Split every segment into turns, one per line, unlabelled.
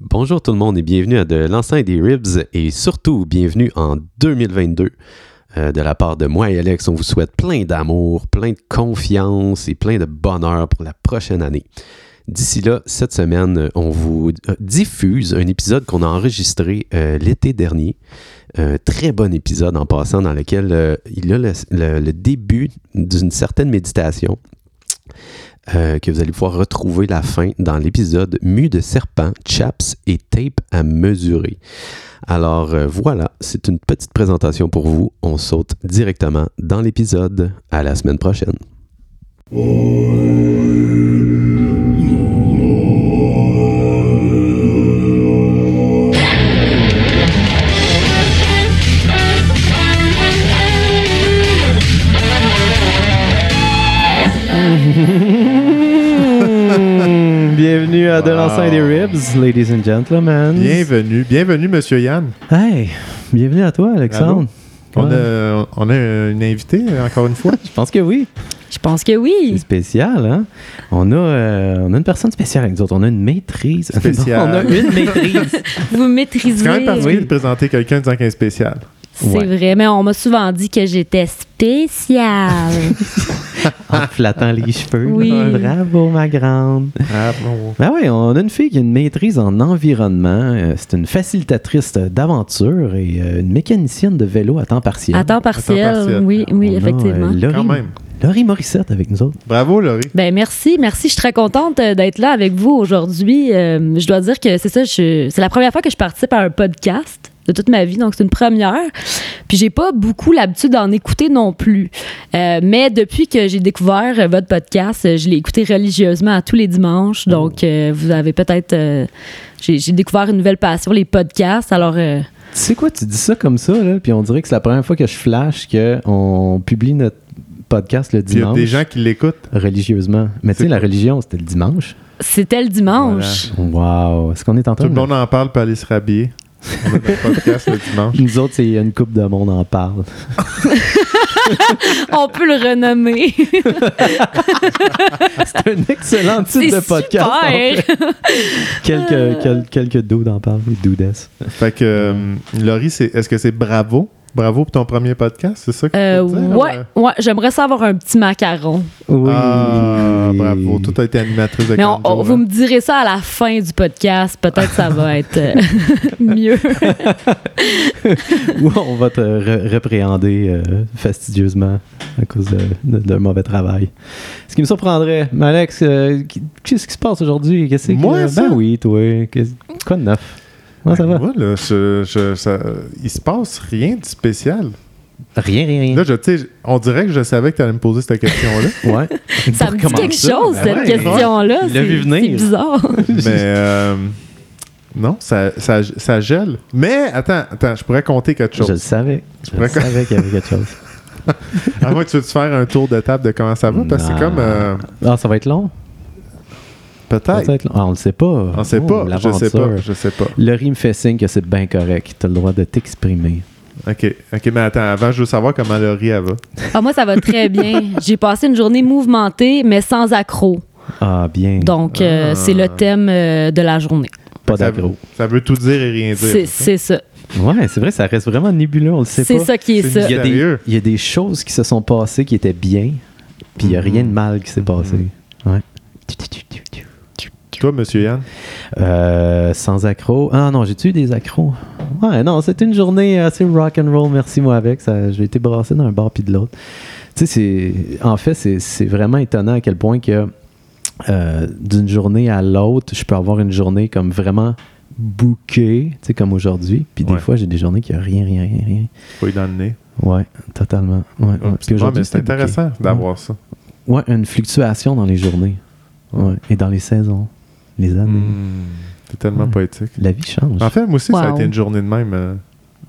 Bonjour tout le monde et bienvenue à De l'enceinte des Ribs et surtout bienvenue en 2022. Euh, de la part de moi et Alex, on vous souhaite plein d'amour, plein de confiance et plein de bonheur pour la prochaine année. D'ici là, cette semaine, on vous euh, diffuse un épisode qu'on a enregistré euh, l'été dernier. Un très bon épisode en passant dans lequel euh, il a le, le- le début d'une certaine méditation euh, que vous allez pouvoir retrouver la fin dans l'épisode Mu de serpent, chaps et tape à mesurer. Alors euh, voilà, c'est une petite présentation pour vous. On saute directement dans l'épisode. À la semaine prochaine.
Bienvenue à De l'enceinte des Ribs, ladies and gentlemen.
Bienvenue, bienvenue, Monsieur Yann.
Hey, bienvenue à toi, Alexandre.
Allô? On
Ouais.
a, on a une invitée, euh, encore une fois.
Je pense que oui.
Je pense que
C'est
oui.
spécial, hein? On a, euh, on a une personne spéciale avec nous autres. On a une maîtrise.
Spéciale.
on a une maîtrise.
Vous
C'est
maîtrisez.
quand même particulier
Oui.
de présenter quelqu'un en disant qu'il est spécial.
C'est
Ouais.
vrai, mais on m'a souvent dit que j'étais spéciale.
en flattant les cheveux.
Oui.
Bravo, ma grande.
Ah, bon.
Ben oui, on a une fille qui a une maîtrise en environnement. Euh, C'est une facilitatrice d'aventure et euh, une mécanicienne de vélo à temps partiel.
à temps
À temps
partiel.
partiel.
Oui, oui,
On a, euh,
effectivement.
Laurie-
Quand même.
Laurie Morissette avec nous autres.
Bravo, Laurie.
Ben merci, merci. Je suis très contente euh, d'être là avec vous aujourd'hui. Euh, je dois dire que c'est ça, je- c'est la première fois que je participe à un podcast de toute ma vie, donc c'est une première. Puis j'ai pas beaucoup l'habitude d'en écouter non plus. Euh, mais depuis que j'ai découvert euh, votre podcast, euh, je l'ai écouté religieusement à tous les dimanches.
Oh.
Donc euh, vous avez peut-être, euh, j'ai j'ai découvert une nouvelle passion, les podcasts. Alors euh,
Tu sais quoi, tu dis ça comme ça, là, puis on dirait que c'est la première fois que je flash qu'on publie notre podcast le
Puis il y a
dimanche
des gens qui l'écoutent.
religieusement. Mais tu sais,
C'est
la
cool.
religion, c'était le dimanche.
c'était le dimanche.
Wow! Est-ce qu'on est en
Tout
train
le
de...
monde en parle peut aller se rhabiller. On a notre podcast le dimanche.
Nous autres, c'est une coupe de monde en parle.
On peut le renommer.
C'est un excellent
C'est
titre de
super.
podcast. en fait. Quelques, quel- quelques doudes en parlent, des doudesses.
Fait que, euh, Laurie, c'est- est-ce que c'est bravo? Bravo pour ton premier podcast, c'est ça que tu
Euh,
veux dire,
ouais,
ou, euh?
ouais, j'aimerais ça avoir un petit macaron.
Oui!
Ah, bravo. Tout a été animatrice de
Mais on-
Canjo,
on-
hein.
vous me direz ça à la fin du podcast. Peut-être ça va être euh, mieux.
Ou on va te re- répréhender euh, fastidieusement à cause de, de- de mauvais travail. Ce qui me surprendrait, mais Alex, euh, qui- qu'est-ce qui se passe aujourd'hui? Qu'est-ce que-
Moi, ça?
Ben oui, toi. qu'est- Quoi de neuf? Comment ça
Ben,
va?
moi, là, je- je- ça- il se passe rien de spécial.
Rien, rien, rien.
Là, je, tu sais, on dirait que je savais que tu allais me poser cette question-là.
Ouais.
ça me dit quelque chose,
Ben
cette
ouais.
question-là.
Il l'a
C'est-
vu venir.
C'est bizarre.
mais euh, non, ça, ça, ça gèle. Mais attends, attends, je pourrais compter quelque
Je le
chose.
savais. Je le
D'accord.
savais qu'il y avait quelque chose.
À moins que tu veux te faire un tour de table de comment ça va, parce que c'est
Non.
comme. euh,
Ah, ça va être long? Ça
Peut-être.
va être long. Ah, on le sait pas.
On sait
Oh,
pas. Je sais pas.
l'aventure.
Je sais pas.
Laurie me fait signe que c'est bien correct. T'as le droit de t'exprimer.
OK. OK, mais attends, avant, je veux savoir comment Laurie elle va.
Ah, moi, ça va très bien. J'ai passé une journée mouvementée, mais sans accro.
Ah, bien.
Donc, euh,
Ah.
c'est le thème euh, de la journée.
pas
ça,
d'aggro.
ça veut tout dire et rien
C'est
dire.
c'est ça.
Ouais, c'est vrai, ça reste vraiment nébuleux, on le sait pas.
C'est ça qui est
C'est
ça.
Il y, a des,
Sérieux?
il y a des choses qui se sont passées qui étaient bien, puis il n'y a rien de mal
Mm-hmm.
qui s'est passé. Ouais.
Toi, monsieur Yann.
Euh, sans accro. Ah non, j'ai-tu eu des accros? Ouais, non, c'était une journée assez rock and roll, merci moi avec. Ça, j'ai été brassé d'un bord puis de l'autre. Tu sais, c'est- en fait, c'est, c'est vraiment étonnant à quel point que euh, d'une journée à l'autre, je peux avoir une journée comme vraiment bouquée, tu sais, comme aujourd'hui. Puis des
Ouais.
fois, j'ai des journées qui a rien, rien, rien, rien.
Faut y dans le nez.
Ouais, totalement. Ouais, ouais. Parce
Ouais,
qu'aujourd'hui,
mais c'est
c'était bouqué.
intéressant d'avoir ça.
Ouais, une fluctuation dans les journées. Ouais. Et dans les saisons, les années.
Mm. C'est tellement
Ouais.
poétique.
La vie change.
En fait, moi aussi, ça a
Wow.
été une journée de même. euh,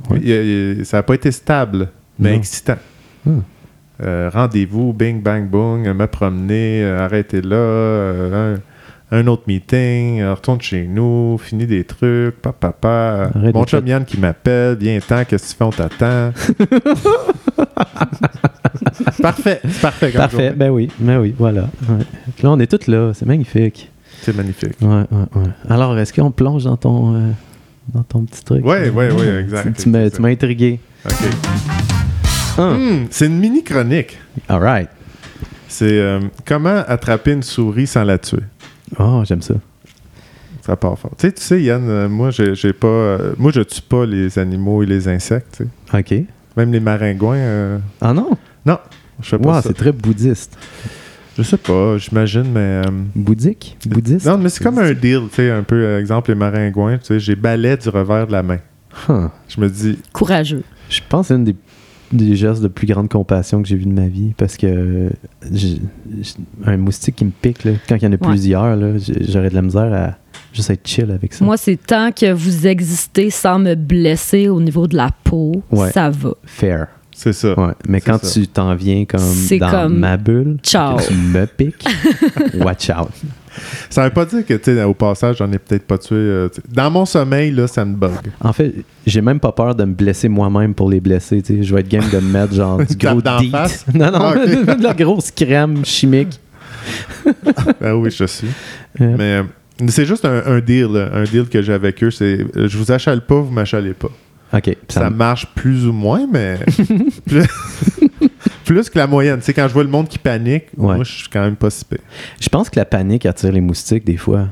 Ouais.
il y a- il y a- ça n'a pas été stable, mais
Non.
excitant.
Hum.
Euh, Rendez-vous, bing, bang, boom, euh, me promener, euh, arrêter là, euh, un, un autre meeting, euh, retourne chez nous, finis des trucs, papa, papa.
Arrête
Mon
de
chum
faire-
Yann qui m'appelle, viens temps, qu'est-ce que tu fais, on t'attend. parfait, c'est parfait. comme
Parfait,
journée.
ben oui, ben oui, voilà. Ouais. Puis Là, on est tous là, c'est magnifique.
C'est magnifique.
Ouais, ouais, ouais. Alors, est-ce qu'on plonge dans ton, euh, dans ton petit truc?
Ouais, ouais, ouais,
Tu-
exact.
Tu m'as tu m'as intrigué.
Ok.
Ah,
Hmm, c'est une mini chronique.
Hmm. all right.
C'est euh, comment attraper une souris sans la tuer.
Oh, j'aime ça.
Ça part fort. Tu sais, tu sais, Yann, euh, moi, j'ai j'ai pas, euh, moi, je tue pas les animaux et les insectes. tu sais.
OK.
Même les maringouins, euh,
Ah non?
non, je fais pas
Wow,
ça.
c'est très bouddhiste.
Je sais pas, j'imagine, mais. euh,
Bouddhique? Bouddhiste?
Non, mais c'est comme un deal, tu sais, un peu, euh, exemple, les maringouins, tu sais, j'ai balai du revers de la main.
Huh.
Je me dis,
Courageux.
Je pense que c'est une des, des gestes de plus grande compassion que j'ai vu de ma vie parce que j'ai- j'ai- un moustique qui me pique, là, quand il y en a
Ouais.
plusieurs, là, j'ai- j'aurais de la misère à juste être chill avec ça.
Moi, c'est tant que vous existez sans me blesser au niveau de la peau,
Ouais.
ça va.
Fair.
c'est ça.
Ouais. Mais
C'est
quand
ça.
tu t'en viens comme
C'est
dans
comme-
ma bulle,
Ciao.
que tu me piques, watch out.
Ça veut pas dire que, tu sais, au passage, j'en ai peut-être pas tué. euh, tu sais. dans mon sommeil, là, ça me bug.
En fait, j'ai même pas peur de me blesser moi-même pour les blesser. tu sais. Je vais être game de me mettre genre du
Tu tapes
gros
d'en
DEET.
face?
Non, non,
Ah, ok.
de la grosse crème chimique.
Ah oui, je suis.
Euh,
Mais euh, c'est juste un, un deal, là, un deal que j'ai avec eux, c'est euh, je vous achale pas, vous m'achalez pas.
ok,
Ça,
ça,
marche plus ou moins, mais plus, plus que la moyenne. Tu sais, quand je vois le monde qui panique,
Ouais.
moi, je suis quand même pas si pire.
Je pense que la panique attire les moustiques des fois.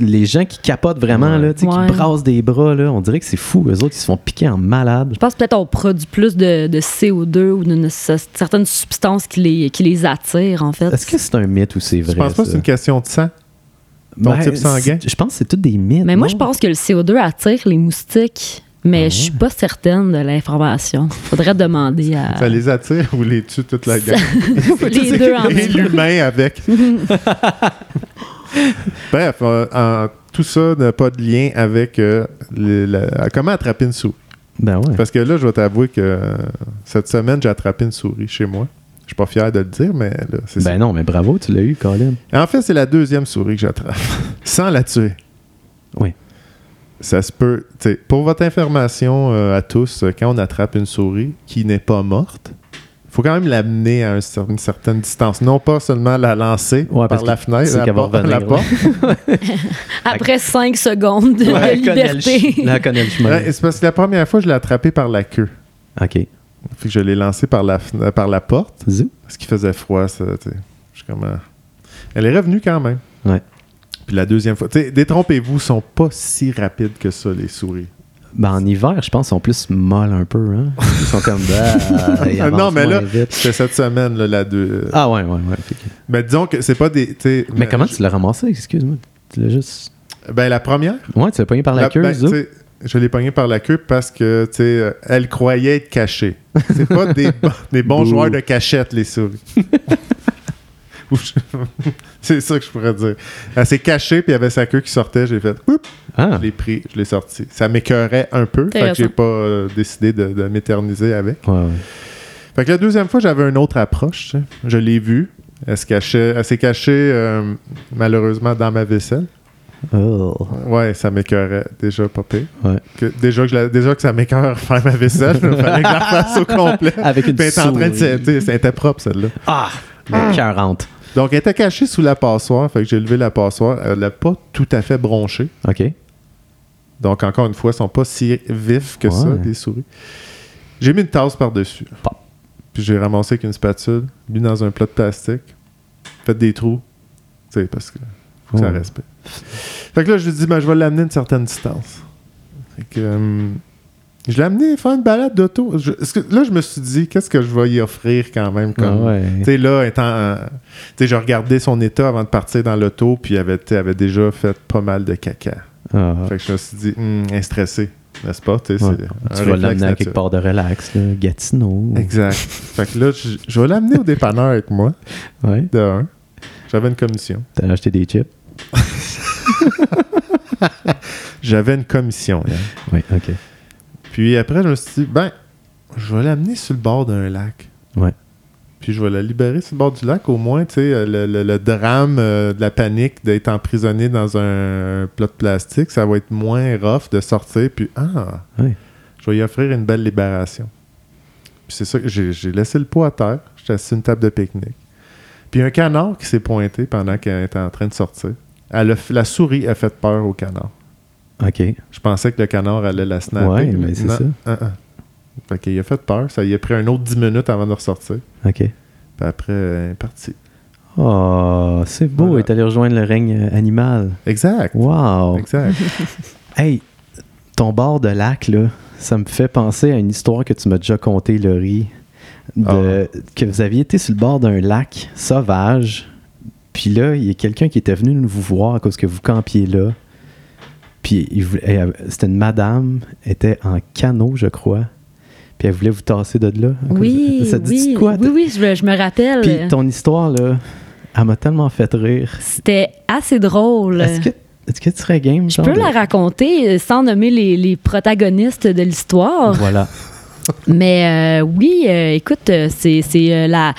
Les gens qui capotent vraiment,
Ouais.
là, tu sais,
Ouais.
qui brassent des bras, là, on dirait que c'est fou. Eux autres, ils se font piquer en malade.
Je pense peut-être qu'on produit plus de, de CO2 ou d'une s- certaine substance qui les, qui les attire, en fait.
Est-ce que c'est un mythe ou c'est
Je
vrai?
pense pas que
ça? Ben,
c'est une question de sang. ton type sanguin?
c'est- Je pense que c'est tous des mythes.
Mais moi,
non?
je pense que le CO2 attire les moustiques, mais je
Ah.
suis pas certaine de l'information. Faudrait demander à.
Ça les attire ou les tue toute la gang.
Ah. les deux en
Et
même temps.
l'humain avec. Bref, euh, en- tout ça n'a pas de lien avec euh, le- la- comment attraper une souris.
Ben ouais.
Parce que là, je vais t'avouer que euh, cette semaine, j'ai attrapé une souris chez moi. Je suis pas fier de le dire, mais là, c'est
Ben non, mais bravo, tu l'as eu, Colin.
ça. En fait, c'est la deuxième souris que j'attrape, sans la tuer.
Oui.
Ça se peut. tu sais, pour votre information euh, à tous, euh, quand on attrape une souris qui n'est pas morte, faut quand même l'amener à un cer- une certaine distance. Non pas seulement la lancer
Ouais, parce
par la
que
fenêtre,
c'est
la,
qu'elle va
porte,
revenir,
la porte.
Après 5 secondes de
Ouais, elle connaît le
liberté.
ch- là, elle connaît le chemin.
Ouais, c'est parce que la première fois, je l'ai attrapée par la queue.
Ok.
Fait que je l'ai lancée par la, fena- par la porte
Zou.
parce qu'il faisait froid. Ça, tu sais. je suis comme, euh, Elle est revenue quand même.
Ouais.
Puis la deuxième fois, tu sais, détrompez-vous, ils sont pas si rapides que ça, les souris.
Ben en hiver, je pense qu'ils sont plus molles un peu. Hein? Ils sont comme. Ah, ils
Ah, non,
avancent
mais
moins
là,
vite.
c'est cette semaine, là, la deux. euh,
Ah ouais, ouais, ouais. ok, ok.
Mais disons que c'est pas des. tu sais,
Mais, comment tu l'as ramassé, excuse-moi? Tu l'as juste.
Ben, la première.
Ouais, tu l'as pogné par la,
Ah,
queue,
ben,
Zou?
tu sais, Je l'ai pogné par la queue parce que, tu sais, euh, elle croyait être cachée. C'est pas des, bo- des bons
Bouh.
joueurs de cachette, les souris. Ou je- C'est ça que je pourrais dire. Elle s'est cachée, puis il y avait sa queue qui sortait. J'ai fait, Oup!
Ah.
je l'ai pris, je l'ai sorti. Ça m'écœurait un peu, fait que
Intéressant.
j'ai pas euh, décidé de, de m'éterniser avec.
Ouais, ouais.
Fait que la deuxième fois, j'avais une autre approche. tu sais. Je l'ai vue. Elle se cachait- elle s'est cachée, euh, malheureusement, dans ma vaisselle.
Oh.
Ouais, ça m'écœurait déjà, pas pire.
Ouais.
Que- déjà, que je la- déjà que ça m'écœure faire ma vaisselle, il fallait que je la fasse au complet.
Avec une
Puis elle était Ben, en train de.
souris.
se- tu sais, Elle était propre, celle-là.
Ah! Le cœur rentre.
Donc, elle était cachée sous la passoire. Fait que j'ai levé la passoire. Elle n'a pas tout à fait bronché.
OK.
Donc, encore une fois, ils sont pas si vifs que ça,
Ouais.
des souris. J'ai mis une tasse par-dessus.
Pop.
Puis j'ai ramassé avec une spatule, mis dans un plat de plastique, fait des trous. Tu sais, parce que faut que ça
Ouais.
respecte. Fait que là, je lui dis, ben, je vais l'amener à une certaine distance. Fait que. hum, je l'ai amené faire une balade d'auto. Je- est-ce que- là, je me suis dit, qu'est-ce que je vais y offrir quand même comme,
Ah ouais.
tu sais, là, étant. euh, tu sais, je regardais son état avant de partir dans l'auto, puis elle avait, tu sais, elle avait déjà fait pas mal de caca.
Ah.
Fait que je me suis dit, hum, elle est stressée, n'est-ce pas? Tu sais,
Ouais.
c'est un
Tu vas
réflexe
l'amener à quelque
naturel.
part de relax, là. Gatineau.
Exact. fait que là, je, je vais l'amener au dépanneur avec moi,
Ouais.
de un. J'avais une commission.
T'as acheté des chips?
J'avais une commission, Yann.
Oui, OK.
Puis après, je me suis dit, ben, je vais l'amener sur le bord d'un lac.
Ouais.
Puis je vais la libérer sur le bord du lac, au moins, tu sais, le, le- le drame euh, de la panique d'être emprisonné dans un plat de plastique, ça va être moins rough de sortir, puis ah,
Ouais.
je vais lui offrir une belle libération. Puis c'est ça que j'ai j'ai laissé le pot à terre, j'étais assis sur une table de pique-nique. Puis un canard qui s'est pointé pendant qu'elle était en train de sortir. Elle a f- la souris a fait peur au canard.
OK.
Je pensais que le canard allait la snapper.
Ouais, mais c'est
non.
ça.
Ah, ah. Fait qu'il a fait peur. Ça y a pris un autre 10 minutes avant de ressortir.
OK.
Puis après, elle est partie.
Oh, c'est beau.
Voilà.
Elle est allée rejoindre le règne euh, animal.
Exact.
Wow.
Exact.
Hey, ton bord de lac, là, ça me fait penser à une histoire que tu m'as déjà contée, Laurie, de, que vous aviez été sur le bord d'un lac sauvage, puis là, il y a quelqu'un qui était venu nous vous voir à cause que vous campiez là. Puis il voulait- elle- c'était une madame, elle était en canot, je crois, puis elle voulait vous tasser de là. à cause
Oui,
de- ça dit
oui,
quoi?
oui, oui, je, me- je me rappelle.
Puis ton histoire, là, elle m'a tellement fait rire.
C'était assez drôle.
Est-ce que, est-ce que tu serais game?
Je
genre,
peux
de-
la raconter euh, sans nommer les, les protagonistes de l'histoire.
Voilà.
Mais euh, oui, euh, écoute, euh, c'est c'est, euh, la,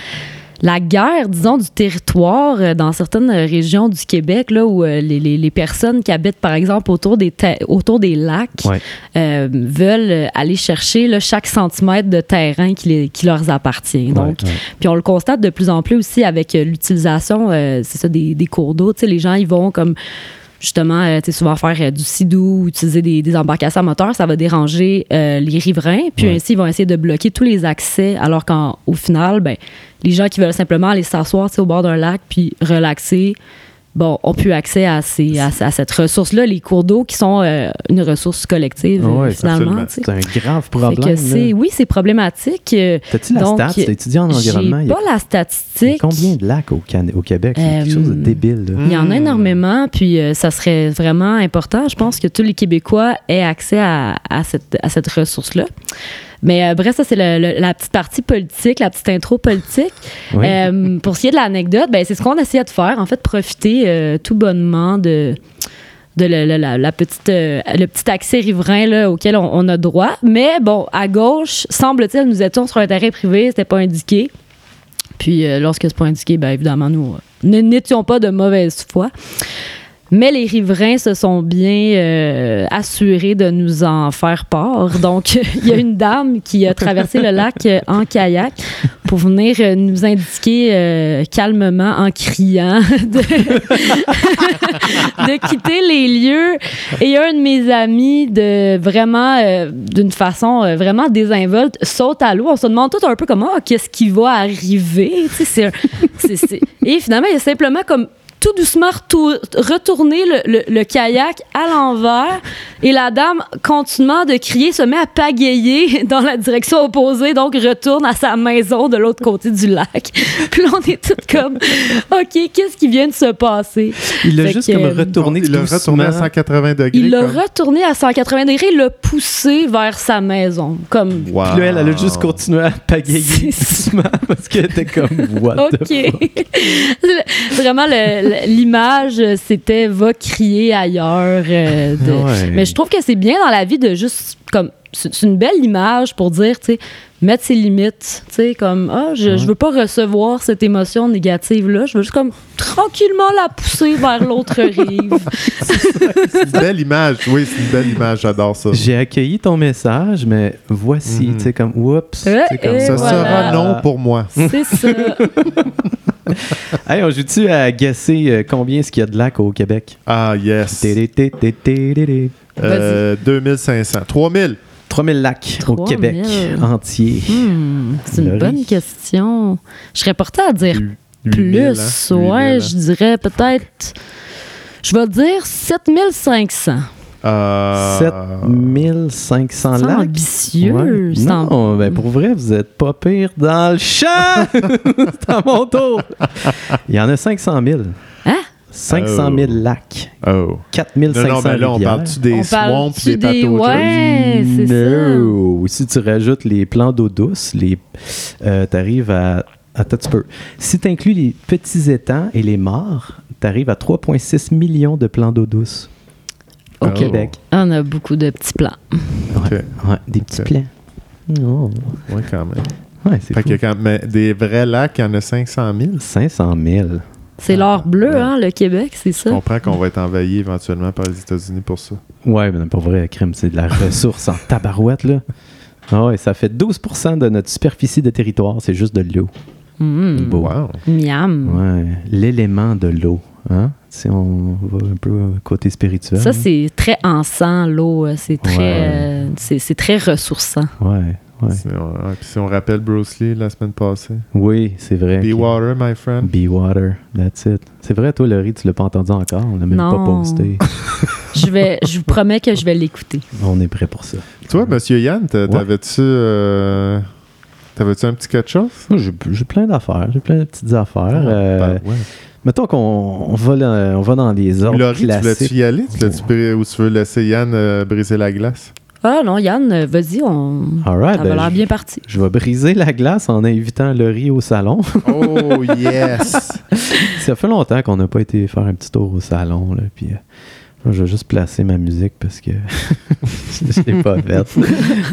la guerre, disons, du territoire euh, dans certaines euh, régions du Québec, là, où euh, les, les- les personnes qui habitent, par exemple, autour des, te- autour des lacs,
Ouais.
euh, veulent euh, aller chercher là, chaque centimètre de terrain qui, les- qui leur appartient. Donc,
Ouais, ouais.
puis on le constate de plus en plus aussi avec euh, l'utilisation, euh, c'est ça, des, des cours d'eau. Tu sais, les gens, ils vont comme justement, euh, tu sais, souvent faire euh, du sidou, utiliser des, des embarcations à moteur, ça va déranger euh, les riverains. Puis
Ouais.
ainsi, ils vont essayer de bloquer tous les accès, alors qu'au final, ben, les gens qui veulent simplement aller s'asseoir tu sais, au bord d'un lac puis relaxer, bon, ont plus accès à, ces, à, à cette ressource-là, les cours d'eau qui sont euh, une ressource collective, euh,
Ouais,
finalement.
absolument.
tu sais.
C'est un grave
Fait que
problème.
c'est-
là.
oui, c'est problématique. euh,
T'as-tu la
Donc,
stat? T'es étudiant en
j'ai
environnement. il y a-
pas la
il y a
statistique.
combien de lacs au, Can- au Québec? C'est quelque
Euh,
chose de débile. là.
Il y en a
Hmm.
énormément, puis euh, ça serait vraiment important, je pense, que tous les Québécois aient accès à, à cette, à cette ressource-là. Mais euh, bref, ça, c'est le- le- la petite partie politique, la petite intro politique.
Oui.
Euh, pour ce qui est de l'anecdote, ben, c'est ce qu'on essayait de faire, en fait, profiter euh, tout bonnement de de le, le- la, la petite, euh, le petit accès riverain là, auquel on, on a droit. Mais bon, à gauche, semble-t-il, nous étions sur un terrain privé, c'était pas indiqué. Puis euh, lorsque c'est pas indiqué, ben, évidemment, nous euh, ne- n'étions pas de mauvaise foi. Mais les riverains se sont bien euh, assurés de nous en faire part. Donc, il y a une dame qui a traversé le lac euh, en kayak pour venir euh, nous indiquer euh, calmement, en criant, de, de quitter les lieux. Et un de mes amis, de vraiment, euh, d'une façon euh, vraiment désinvolte, saute à l'eau. On se demande tout un peu comment, Ah, qu'est-ce qui va arriver? Tu sais, c'est un- c'est- c'est- Et finalement, il a simplement comme tout doucement retou- retourné le, le- le kayak à l'envers et la dame, continuant de crier, se met à pagayer dans la direction opposée, donc retourne à sa maison de l'autre côté du lac. Puis là, on est toutes comme, OK, qu'est-ce qui vient de se passer?
Il l'a
fait
juste
que-
comme retourné
Il l'a
doucement.
retourné à 180 degrés.
Il l'a
comme-
retourné à 180 degrés, l'a poussé vers sa maison. Comme,
Wow.
Puis là, elle, elle a juste continué à pagayer
C'est-
doucement parce qu'elle était comme « What the
OK. Le- Vraiment, le- le- l'image, euh, c'était va crier ailleurs. euh, de-
Ah Ouais.
Mais je trouve que c'est bien dans la vie de juste comme. C'est c'est une belle image pour dire, tu sais, mettre ses limites. Tu sais, comme, ah, je, je veux pas recevoir cette émotion négative-là. Je veux juste, comme, tranquillement la pousser vers l'autre rive.
C'est une belle image. Oui, c'est une belle image. J'adore ça.
J'ai accueilli ton message, mais voici,
Mhm.
tu sais, comme « Oups!
Ouais,
tu sais, comme
Euh, et
Ça sera
voilà.
non pour moi.
C'est ça.
Hey, on joue-tu à guesser euh, combien est-ce qu'il y a de lacs au Québec?
Ah, yes.
Tédé-tédé-tédé-tédé.
Euh, 2500. 3000.
3000 lacs au
3000.
Québec entier.
Hmm, c'est une
Laurie.
bonne question. Je serais portée à dire
Huit mille,
plus.
hein? Huit
ouais,
mille,
je dirais peut-être. Je vais dire 7500.
hein? Euh,
7500
C'est
lacs.
ambitieux.
Ouais.
c'est amb-
Non, ben pour vrai, vous êtes pas pire dans le champ. c'est à mon tour. Il y en a 500 000.
Hein?
500 000
Oh.
lacs.
Oh.
4500
Non, non, mais là, on
rivières.
parle-tu des
On
swamps
parle-tu
et des
des-
patauges?
Ouais, c'est ça.
No. Si tu rajoutes les plans d'eau douce, les, euh, t'arrives à... Attends, tu peux. Si tu inclus les petits étangs et les mares, t'arrives à 3,6 millions de plans d'eau douce au
Oh.
Québec.
On a beaucoup de petits plans.
Ok.
Ouais, des petits
Ok.
plans. Oh.
Ouais, quand même.
Ouais, c'est
Fait
fou.
que quand mais des vrais lacs, il y en a 500 000.
500 000.
C'est l'or bleu,
Ah, ouais.
hein, le Québec, c'est ça?
Je comprends qu'on va être envahi éventuellement par les États-Unis pour ça.
Ouais, mais pour vrai, crime, c'est de la ressource en tabarouette, là. Ah ouais, ça fait 12 de notre superficie de
Mm.
territoire, c'est juste de l'eau.
Hmm,
Beau.
Wow.
Miam.
Ouais, l'élément de l'eau. Hein? Si on va un peu euh, côté spirituel.
Ça, c'est très encens, l'eau. euh, C'est très,
Ouais.
euh, c'est, c'est très ressourçant.
Ouais, ouais.
Si on, ah, puis si on rappelle Bruce Lee la semaine passée.
Oui, c'est vrai.
Be
Ok.
water, my friend.
Be water, that's it. C'est vrai, toi, Laurie, tu l'as pas entendu encore. On l'a même
Non.
pas posté.
Je, vais, je vous promets que je vais l'écouter.
On est prêt pour ça.
Toi, Monsieur Yann, t'a-
Ouais.
t'avais-tu euh, t'avais-tu un petit quelque chose?
Moi, J'ai j'ai plein d'affaires. J'ai plein de petites affaires. Euh,
Ben, ouais.
Mettons qu'on on va, là- on va dans les ordres
Laurie, tu
classiques.
voulais-tu y aller? Tu voulais-tu bri- ou tu veux laisser Yann euh, briser la glace?
Ah non, Yann, euh, vas-y, on...
All
Ah,
right,
ça
ben,
va l'air
je-
bien parti.
Je vais briser la glace en invitant Laurie au salon.
Oh, yes!
Ça fait longtemps qu'on n'a pas été faire un petit tour au salon. Là, puis, euh, moi, je vais juste placer ma musique parce que je l'ai pas faite.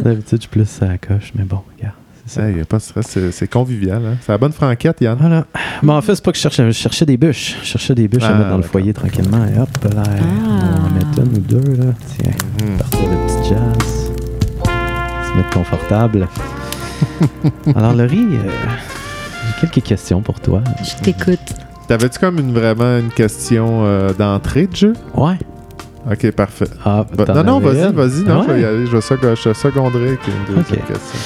D'habitude, je suis plus à la coche, mais bon, regarde. c'est ça.
Ça, y a pas de stress, c'est- c'est convivial. hein. C'est la bonne franquette, Yann.
Voilà. Mais en fait, c'est pas que je cherchais, je cherchais des bûches. Je cherchais des bûches à
Ah,
mettre dans le
d'accord.
foyer tranquillement. Et hop, là, on va en mettre une ou deux. Là. Tiens,
Mhm.
partir le petit jazz. Se mettre confortable. Alors, Laurie, euh, j'ai quelques questions pour toi.
Je t'écoute.
T'avais-tu comme une, vraiment une question euh, d'entrée de jeu?
Ouais.
Ok, parfait.
Ah,
Va-
t'en
Bah, non, non,
avais
vas-y,
une?
vas-y. Non, je
Ouais.
vais y aller. Je, sec- je seconderai avec une deuxième
Ok.
question.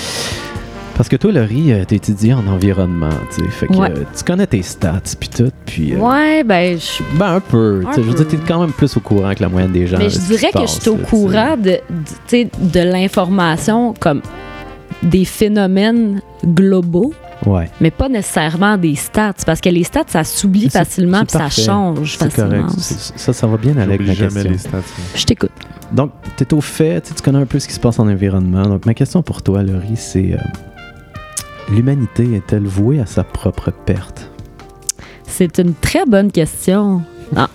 Parce que toi, Laurie, euh, t'es étudiée en environnement, tu sais. Fait que
Ouais.
euh, tu connais tes stats, puis tout, puis... euh,
Ouais, ben, je...
Ben, un peu. tu sais,
Un
Je veux dire,
peu.
t'es quand même plus au courant que la moyenne des gens.
mais
de
je
ce qui
dirais
se
que je
passe,
suis au
là, tu sais.
courant de, de- tu sais, de l'information comme des phénomènes globaux,
Ouais.
mais pas nécessairement des stats, parce que les stats, ça s'oublie
C'est-
facilement
c'est
puis ça
parfait.
change
C'est
facilement.
correct. C'est- Ça, ça va bien avec
J'oublie
ma
jamais
question.
les stats. moi.
Je t'écoute.
Donc, tu es au fait, tu sais, tu connais un peu ce qui se passe en environnement. Donc, ma question pour toi, Laurie, c'est euh, l'humanité est-elle vouée à sa propre perte
C'est une très bonne question. Ah.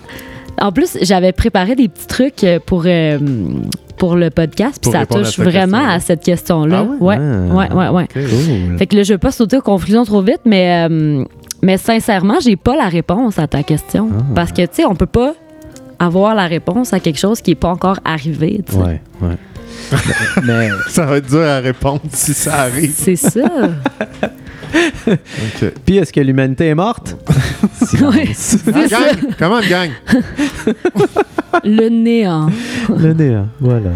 En plus, j'avais préparé des petits trucs euh, pour, euh, pour le podcast, puis
Pour
ça
répondre à
touche
cette
vraiment
question-là.
à cette question-là.
Ah
ouais, ouais, ouais, ouais.
Cool.
Fait que là, je veux pas sauter aux conclusions trop vite, mais, euh, mais sincèrement, j'ai pas la réponse à ta question.
Ah.
Parce que, tu sais, on peut pas avoir la réponse à quelque chose qui est pas encore arrivé, tu sais.
Ouais, ouais. mais,
Ça va être dur à répondre si ça arrive.
C'est ça.
Ok.
mais- puis est-ce que l'humanité est morte
Ouais,
Silence.
Ah,
c'est ça.
gang! Comment, gang?
Le néant.
Le néant, voilà.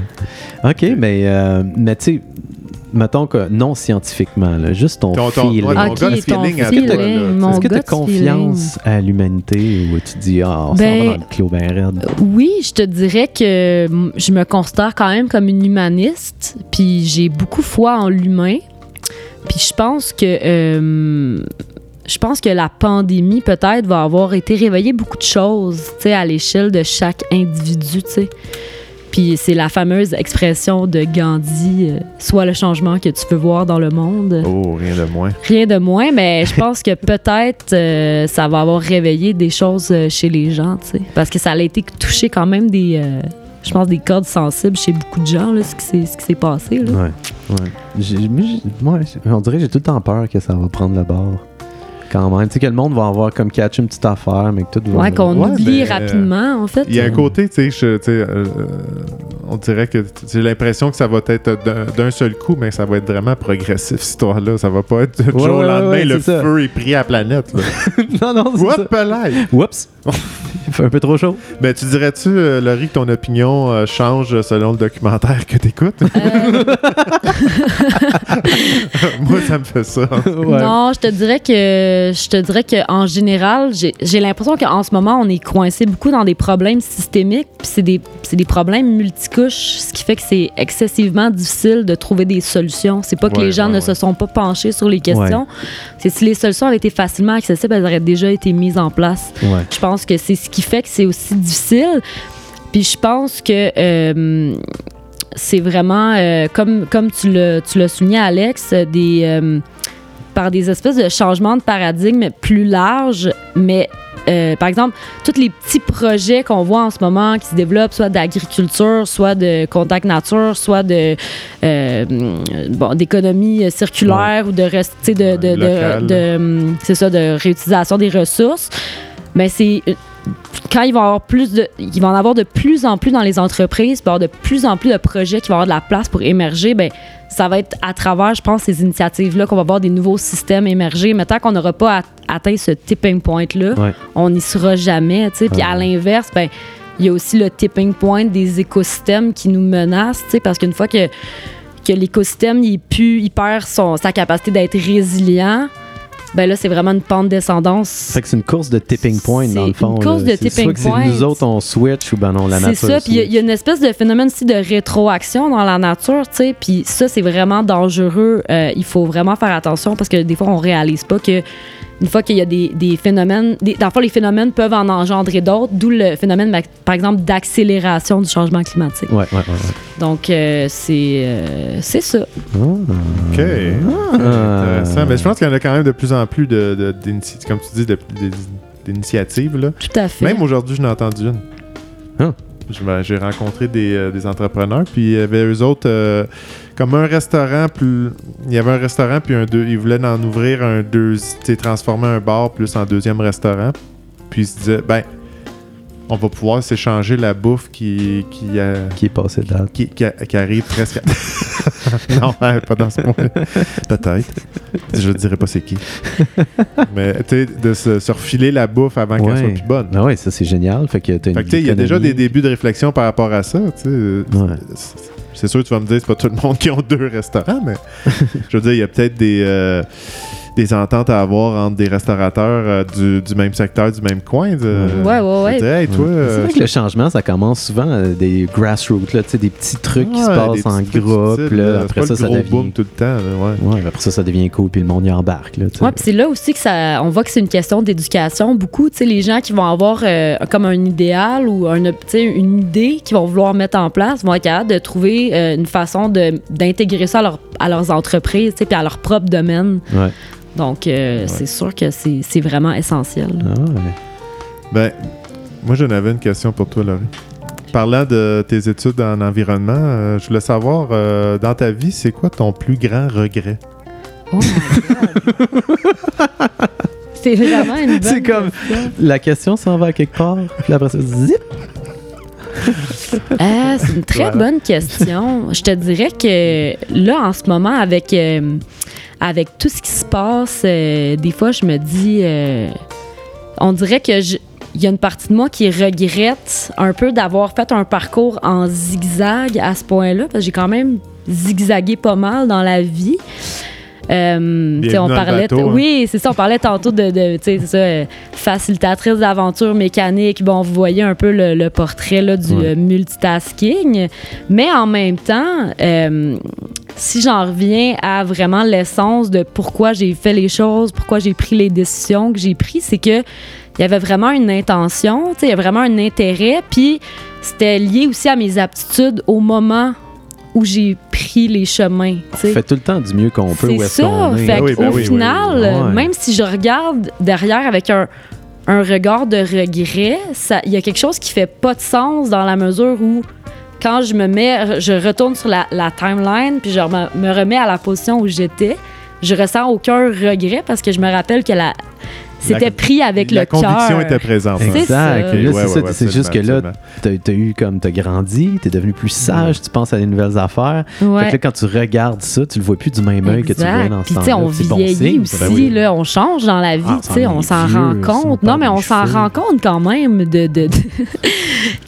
OK, mais, euh, mais tu sais, mettons que non scientifiquement, là, juste ton,
Ton- ton-
feeling.
ouais,
ok,
mon gut
ton
feeling à
feeling,
toi, là.
Ah, mon
Est-ce que tu as
gut feeling.
confiance à l'humanité ou tu dis, ah, on s'en
Ben, euh,
va dans le clos ben raide?
Oui, je te dirais que mm, je me considère quand même comme une humaniste, puis j'ai beaucoup foi en l'humain. Puis je pense que euh, je pense que la pandémie peut-être va avoir été réveiller beaucoup de choses, tu sais, à l'échelle de chaque individu, tu sais. Puis c'est la fameuse expression de Gandhi, euh, soit le changement que tu veux voir dans le monde.
Oh, rien de moins.
Rien de moins, mais je pense que peut-être euh, ça va avoir réveillé des choses euh, chez les gens, tu sais. Parce que ça a été touché quand même des, euh, je pense, des cordes sensibles chez beaucoup de gens, là, ce qui s'est- ce qui s'est passé, là.
Ouais, ouais. J'ai- moi, j'ai- moi, j'ai- on dirait que j'ai tout le temps peur que ça va prendre le bord. Quand même. Tu sais que le monde va avoir comme catch une petite affaire, mais que tout va.
Ouais, qu'on
Ouais,
oublie
ben,
rapidement, en fait.
Il y a un côté, tu sais, je- tu sais, euh, on dirait que t- j'ai l'impression que ça va être d'un- d'un seul coup, mais ça va être vraiment progressif, cette histoire-là. Ça va pas être du
Ouais,
jour au
ouais,
lendemain,
ouais,
le
c'est ça.
feu est pris à la planète. là.
non, non, c'est ça.
What the life?
Oups! Il fait un peu trop chaud.
Ben, tu dirais-tu, euh, Laurie, que ton opinion euh, change selon le documentaire que t'écoutes?
Euh,
Moi, ça me fait ça.
Ouais.
Non, je te dirais que je te dirais que en général, j'ai j'ai l'impression qu'en ce moment, on est coincé beaucoup dans des problèmes systémiques, puis c'est des c'est des problèmes multicouches, ce qui fait que c'est excessivement difficile de trouver des solutions. C'est pas que
Ouais,
les gens
ouais,
ne
ouais.
se sont pas penchés sur les questions. C'est si les solutions avaient été facilement accessibles, elles auraient déjà été mises en place.
Ouais.
Je pense que c'est ce qui fait que c'est aussi difficile. Puis je pense que euh, c'est vraiment, euh, comme, comme tu l'as tu l'as souligné, Alex, euh, des, euh, par des espèces de changements de paradigme plus larges, mais. euh, par exemple, tous les petits projets qu'on voit en ce moment qui se développent, soit d'agriculture, soit de contact nature, soit de euh, bon, d'économie euh, circulaire ou de, rest- tu sais, de, de, de-
Local.
de, hum, c'est ça, de réutilisation des ressources. Mais c'est quand il va, avoir plus de, il va en avoir de plus en plus dans les entreprises, il va y avoir de plus en plus de projets qui vont avoir de la place pour émerger, ben, ça va être à travers, je pense, ces initiatives-là qu'on va voir des nouveaux systèmes émerger. Mais tant qu'on n'aura pas at- atteint ce tipping point-là,
Ouais.
on n'y sera jamais. tu sais. Puis à l'inverse, ben, il y a aussi le tipping point des écosystèmes qui nous menacent, tu sais, parce qu'une fois que, que l'écosystème il pue, il perd son, sa capacité d'être résilient, ben là, c'est vraiment une pente descendance.
Fait que c'est une course de tipping point,
C'est
dans le fond.
une course
là.
de
C'est
tipping
soit que
point.
c'est nous autres, on switch, ou ben non, la
C'est
nature.
ça, puis il y a- il y, a une espèce de phénomène aussi de rétroaction dans la nature, tu sais, puis ça, c'est vraiment dangereux. Euh, il faut vraiment faire attention parce que des fois, on réalise pas que une fois qu'il y a des, des phénomènes, des, dans le fond, les phénomènes peuvent en engendrer d'autres, d'où le phénomène, ma- par exemple, d'accélération du changement climatique.
switch. Ouais, ouais, ouais.
Donc, euh, c'est euh, c'est ça.
ouais.
OK.
Ah.
Intéressant. Mais je pense qu'il y en a quand même de plus en plus de, de- d'initi- comme tu dis, de- de- d'initiatives. là.
Tout à fait.
Même aujourd'hui, je n'ai entendu une.
Ah.
Je- ben, J'ai rencontré des, euh, des entrepreneurs, puis il y avait eux autres euh, comme un restaurant, plus il y avait un restaurant, puis un deux, ils voulaient en ouvrir un deux, tu sais, transformer un bar plus en deuxième restaurant. Puis ils se disaient, ben, on va pouvoir s'échanger la bouffe qui, qui, euh,
Qui est passé de date.
qui, qui a- qui arrive presque. à- non, hein, pas dans ce point. Peut-être. Je ne dirais pas c'est qui. Mais tu sais, de se, se refiler la bouffe avant
Ouais.
qu'elle soit plus bonne.
Ah ouais, ça c'est génial. Fait que t'as une
Fait que tu sais, il y a
économie.
déjà des débuts de réflexion par rapport à ça. tu sais.
Ouais.
C'est- C'est sûr, tu vas me dire, c'est pas tout le monde qui ont deux restaurants, mais je veux dire, il y a peut-être des, euh, des ententes à avoir entre des restaurateurs euh, du, du même secteur, du même coin. de-
Ouais, ouais, ouais.
de dire, Hey, toi,
C'est
euh,
vrai que le changement, ça commence souvent euh, des grassroots, là, tu sais, des petits trucs qui se
euh, ouais, des
passent en
petits trucs
groupe.
subtils,
Là,
c'est
après
pas
ça,
le
ça
gros
devient.
boom tout le temps. là, ouais.
Ouais, après ça, ça devient cool, puis le monde y embarque. Là, tu sais.
Ouais, puis c'est là aussi que ça, on voit que c'est une question d'éducation. Beaucoup, tu sais, les gens qui vont avoir euh, comme un idéal ou un, ob- tu sais, une idée qu'ils vont vouloir mettre en place vont être capables de trouver euh, une façon de- d'intégrer ça à, leur- à leurs entreprises, tu sais, puis à leur propre domaine.
Ouais.
Donc, euh, c'est sûr que c'est c'est vraiment essentiel.
Ah ouais.
Ben, moi, j'en avais une question pour toi, Laurie. Parlant de tes études en environnement, euh, je voulais savoir, euh, dans ta vie, c'est quoi ton plus grand regret?
Oh
C'est vraiment une bonne
C'est comme-
question.
La question s'en va à quelque part, puis après ça, zip!
Ah, c'est une très
Voilà.
bonne question. Je te dirais que là, en ce moment, avec, euh, avec tout ce qui se passe, euh, des fois, je me dis. euh, on dirait que je- Il y a une partie de moi qui regrette un peu d'avoir fait un parcours en zigzag à ce point-là, parce que j'ai quand même zigzagué pas mal dans la vie. Euh, tu sais,
Bienvenue dans
on
le
parlait
bateau, hein.
oui c'est ça on parlait tantôt de, de tu sais, c'est ça, euh, facilitatrice d'aventure mécanique bon vous voyez un peu le, le portrait là, du
Ouais.
euh, multitasking mais en même temps euh, si j'en reviens à vraiment l'essence de pourquoi j'ai fait les choses, pourquoi j'ai pris les décisions que j'ai prises, c'est que il y avait vraiment une intention, tu sais, il y a vraiment un intérêt, puis c'était lié aussi à mes aptitudes au moment où j'ai pris les chemins. tu
On
sais.
fait tout le temps du mieux qu'on peut. où
C'est
est-ce
ça.
qu'on est.
Fait
Ah oui, ben
au
oui, oui,
final,
oui.
euh,
Ouais.
même si je regarde derrière avec un, un regard de regret, ça- il y a quelque chose qui fait pas de sens dans la mesure où quand je me mets, je retourne sur la, la timeline puis je me, me remets à la position où j'étais, je ressens aucun regret parce que je me rappelle que la c'était
La-
pris avec
La
le cœur.
conviction était présente.
C'est
hein?
Exact.
ça.
Là,
Ok, ouais,
c'est
ouais,
ça,
ouais,
c'est juste que là,
absolument.
t'as t'as eu comme t'as grandi, t'es devenu plus sage, tu penses à des nouvelles affaires.
Ouais.
Fait que là, quand tu regardes ça, tu le vois plus du même œil que tu le
Exact.
voyais dans ce
Puis, tu sais,
temps-là.
on
C'est bon
vieillit
signe,
aussi,
ça. Ben oui.
là, on change dans la vie,
Ah,
tu sais,
on
on
s'en
s'en
est
rend
vieux,
compte.
on
Non, mais
perd
on
des
s'en
cheveux.
rend compte quand même de, de- de-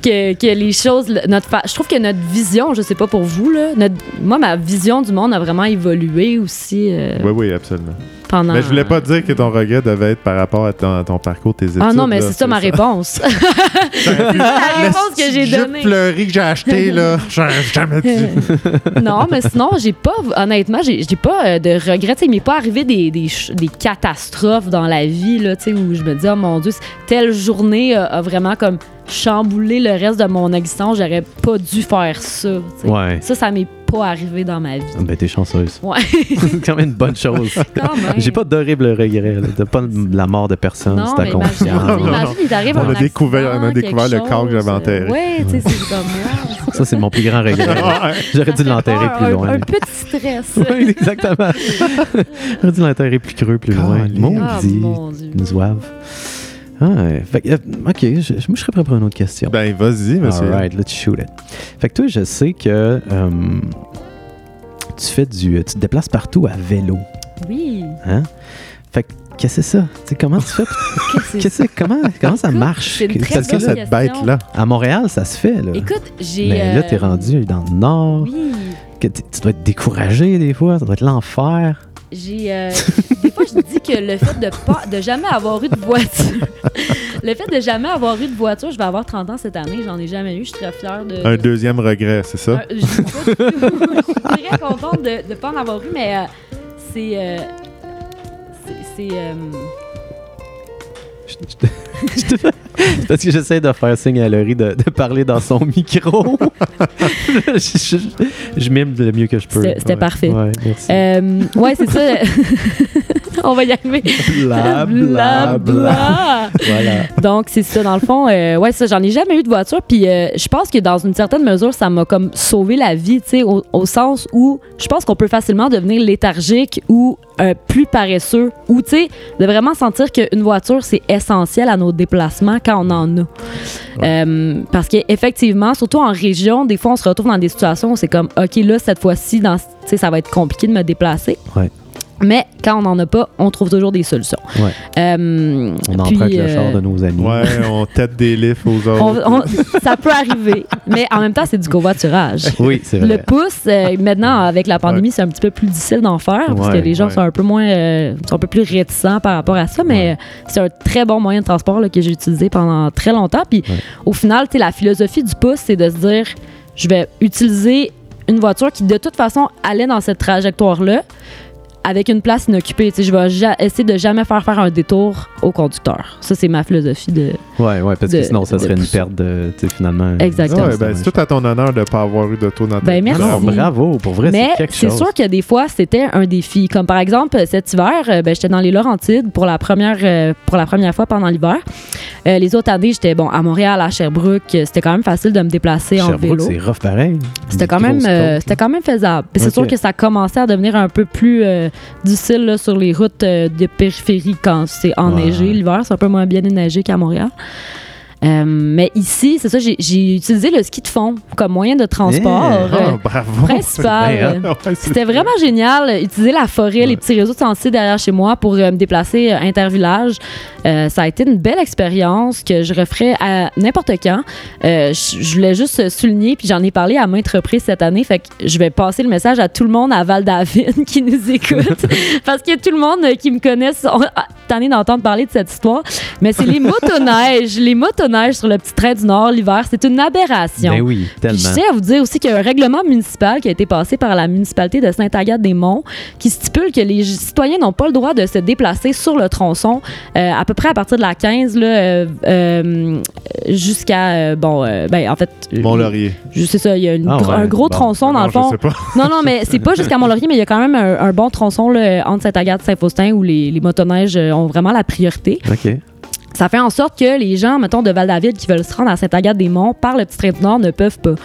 que, que les choses. le- Notre fa- Je trouve que notre vision, je sais pas pour vous, là, notre- moi, ma vision du monde a vraiment évolué aussi euh,
Oui, oui, absolument.
pendant.
Mais je voulais pas dire que ton regret devait être par rapport à ton, à ton parcours, tes études.
Ah non, mais
là,
c'est ça ma réponse. la réponse que j'ai
Le
donnée.
jupe fleurie que j'ai acheté, là, j'aurais jamais dû.
non, mais sinon, j'ai pas, honnêtement, j'ai j'ai pas euh, de regrets. Tu sais, Il m'est pas arrivé des, des, ch- des catastrophes dans la vie, là, tu sais, où je me dis, oh mon Dieu, telle journée euh, a vraiment comme chamboulé le reste de mon existence, j'aurais pas dû faire ça. tu sais.
Ouais.
Ça, ça m'est pas arrivé dans ma vie.
Ah, Ben, t'es chanceuse.
Ouais.
c'est quand même une bonne chose.
Quand même.
J'ai pas d'horrible regret. là. T'as pas la mort de personne,
Non,
c'est
mais
ta
imagine,
Non, non,
conscience.
imagine, il arrive
On
un
a découvert- on a
accident,
découvert
quelque
le corps que j'avais
chose.
enterré.
Ouais, tu sais, c'est comme ah, moi.
Ça, c'est mon plus grand regret. J'aurais dû l'enterrer plus
Un-
loin.
Un petit stress.
Oui, exactement. J'aurais dû l'enterrer plus creux, plus loin.
Colin.
Mon
Ah,
Dieu.
mon Dieu.
Nous ouave. Ah, ouais. Fait que, euh, ok, je, je- moi je serais prêt pour une autre question.
Ben, vas-y, monsieur.
Alright, let's shoot it. Fait que toi, je sais que euh, tu fais du. Tu te déplaces partout à vélo.
Oui.
Hein? Fait que, qu'est-ce que c'est ça? Tu sais, comment tu fais? pour-
Qu'est-ce que c'est?
Qu'est-ce que- comment, comment ça
Écoute,
marche?
c'est une
Que-
très
C'est
parce
ça,
que
bonne
là,
cette
question.
bête-là.
à Montréal, ça se fait, là.
Écoute, j'ai.
Mais là,
euh,
t'es rendu dans le nord.
Oui.
que t- tu dois être découragé des fois, ça doit être l'enfer.
J'ai. euh, des fois, je dis que le fait de pas, de jamais avoir eu de voiture. le fait de jamais avoir eu de voiture, je vais avoir 30 ans cette année, j'en ai jamais eu, je suis très fière de.
Un deuxième regret, c'est ça?
Un- je sais pas du tout. Je suis très contente de ne pas en avoir eu, mais euh, c'est. euh, c'est- c'est. euh,
Je- je- je te- Parce que j'essaie de faire signe à Laurie de, de parler dans son micro. je, je- je mime le mieux que je peux.
C'était- c'était
Ouais.
parfait.
Ouais, merci.
euh, ouais, c'est ça. On va y arriver.
Bla, bla, bla. Voilà.
Donc, c'est ça, dans le fond. euh, ouais, ça, j'en ai jamais eu de voiture. Puis, euh, je pense que dans une certaine mesure, ça m'a comme sauvé la vie, tu sais, au, au sens où je pense qu'on peut facilement devenir léthargique ou euh, plus paresseux. Ou, tu sais, de vraiment sentir qu'une voiture, c'est essentiel à nos déplacements quand on en a. Euh, parce qu'effectivement, surtout en région, des fois, on se retrouve dans des situations où c'est comme, OK, là, cette fois-ci, dans- tu sais, ça va être compliqué de me déplacer.
Ouais.
Mais quand on n'en a pas, on trouve toujours des solutions.
Ouais.
Euh,
On
puis,
emprunte le
euh,
char de nos amis.
Ouais, on tête des livres aux
Euh,
autres.
on- on- ça peut arriver, mais en même temps, c'est du covoiturage.
Oui, c'est
Le
vrai.
pouce, euh, maintenant, avec la pandémie, c'est un petit peu plus difficile d'en faire parce que
Ouais,
les gens
ouais.
sont un peu moins, euh, sont un peu plus réticents par rapport à ça, mais euh, c'est un très bon moyen de transport là, que j'ai utilisé pendant très longtemps. Puis
Ouais.
au final, tu sais, la philosophie du pouce, c'est de se dire je vais utiliser une voiture qui, de toute façon, allait dans cette trajectoire-là avec une place inoccupée. Tu sais, Je vais ja- essayer de jamais faire faire un détour au conducteur. Ça, c'est ma philosophie de.
Ouais, ouais, parce que
de-
sinon, ça
de
serait une
pouce.
perte de. Tu sais, finalement.
Exactement.
Ouais, ben, c'est tout à ton honneur de ne pas avoir eu d'auto dans ta
Ben,
vie.
merci.
Alors, bravo, pour vrai,
Mais
c'est quelque
c'est
chose.
sûr que des fois, c'était un défi. Comme par exemple, euh, cet hiver, euh, ben, j'étais dans les Laurentides pour la première, euh, pour la première fois pendant l'hiver. Euh, les autres années, j'étais bon, à Montréal, à Sherbrooke. euh, C'était quand même facile de me déplacer en
Sherbrooke,
vélo.
c'est rough pareil.
C'était
Des
quand, même,
grosses
euh,
côtes,
c'était quand même faisable. Puis
Ok.
C'est sûr que ça commençait à devenir un peu plus euh, difficile là, sur les routes euh, de périphérie quand c'est enneigé
Ouais.
l'hiver. C'est un peu moins bien enneigé qu'à Montréal. Euh, mais ici, c'est ça, j'ai- j'ai utilisé le ski de fond comme moyen de transport
Yeah.
euh,
Ah, bravo.
principal.
Ben, hein.
Ouais, c'est-
C'était vraiment génial, euh, utiliser la forêt, les petits réseaux de sentiers derrière chez moi pour euh, me déplacer euh, intervillage. Euh, ça a été une belle expérience que je referais à n'importe quand. Euh, je je voulais juste euh, souligner, puis j'en ai parlé à maintes reprises cette année, fait que je vais passer le message à tout le monde à Val-David qui nous écoute, parce que tout le monde euh, qui me connaît sont ah, tannés d'entendre parler de cette histoire. Mais c'est les motoneiges, les motoneiges sur le petit train du Nord l'hiver, c'est une aberration.
Ben oui,
Puis
tellement.
je tiens à vous dire aussi qu'il y a un règlement municipal qui a été passé par la municipalité de Sainte-Agathe-des-Monts qui stipule que les citoyens n'ont pas le droit de se déplacer sur le tronçon euh, à peu près à partir de la 15 là, euh, euh, jusqu'à euh, bon euh, ben en fait
Mont-Laurier.
je sais ça il y a une
Ah
gr-
ouais,
un gros
bon.
tronçon dans
Non,
le fond
Je sais pas.
non, non, mais c'est pas jusqu'à Mont-Laurier, mais il y a quand même un, un bon tronçon là, entre Sainte-Agathe et Saint-Faustin où les, les motoneiges euh, ont vraiment la priorité.
OK.
Ça fait en sorte que les gens, mettons, de Val-David qui veulent se rendre à Sainte-Agathe-des-Monts par le petit train du Nord ne peuvent pas.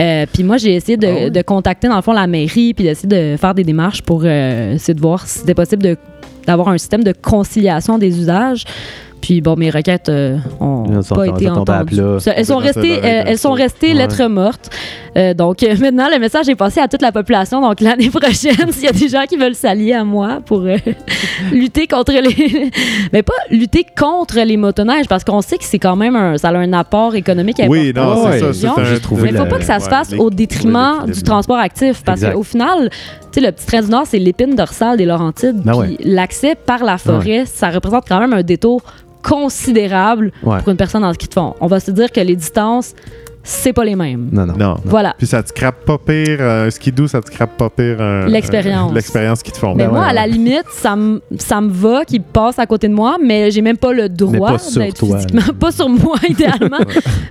Euh, puis moi, j'ai essayé de,
Ah ouais?
de contacter, dans le fond, la mairie, puis d'essayer de faire des démarches pour euh, essayer de voir si c'était possible de- d'avoir un système de conciliation des usages. Puis bon, mes requêtes n'ont
Elles sont-
pas
elles
été
sont tombées à
entendues.
plat.
Ça- Elles sont
Dans cette
restées, euh,
oreille, dans
elles sont
cette-
restées
Ouais.
lettres mortes. Euh, donc euh, maintenant, le message est passé à toute la population. Donc l'année prochaine, s'il y a des gens qui veulent s'allier à moi pour euh, lutter contre les, mais pas lutter contre les motoneiges parce qu'on sait que c'est quand même un, ça a un apport économique important.
Oui, non,
Ouais,
c'est ça.
ils
c'est
ont
un-
juste trouvé
Mais il faut pas que ça se
ouais,
fasse
les-
au
trouver
détriment
l'équilibre.
du transport actif. Parce
Exact.
qu'au final, tu sais, le petit train du Nord, c'est l'épine dorsale des Laurentides.
Ben
puis L'accès par la forêt, ça représente quand même un détour considérable
Ouais.
pour une personne en ski de fond. On va se dire que les distances, c'est pas les mêmes.
Non, non.
Non.
Voilà.
Puis ça te crappe pas pire, euh, un ski doux, ça te crappe pas pire. un-
L'expérience.
un- L'expérience qu'ils te font.
Mais
Ben
moi,
ouais,
à la
ouais.
limite, ça me ça me va qu'il passe à côté de moi, mais j'ai même pas le droit
pas sur
d'être
toi,
physiquement, pas sur moi idéalement.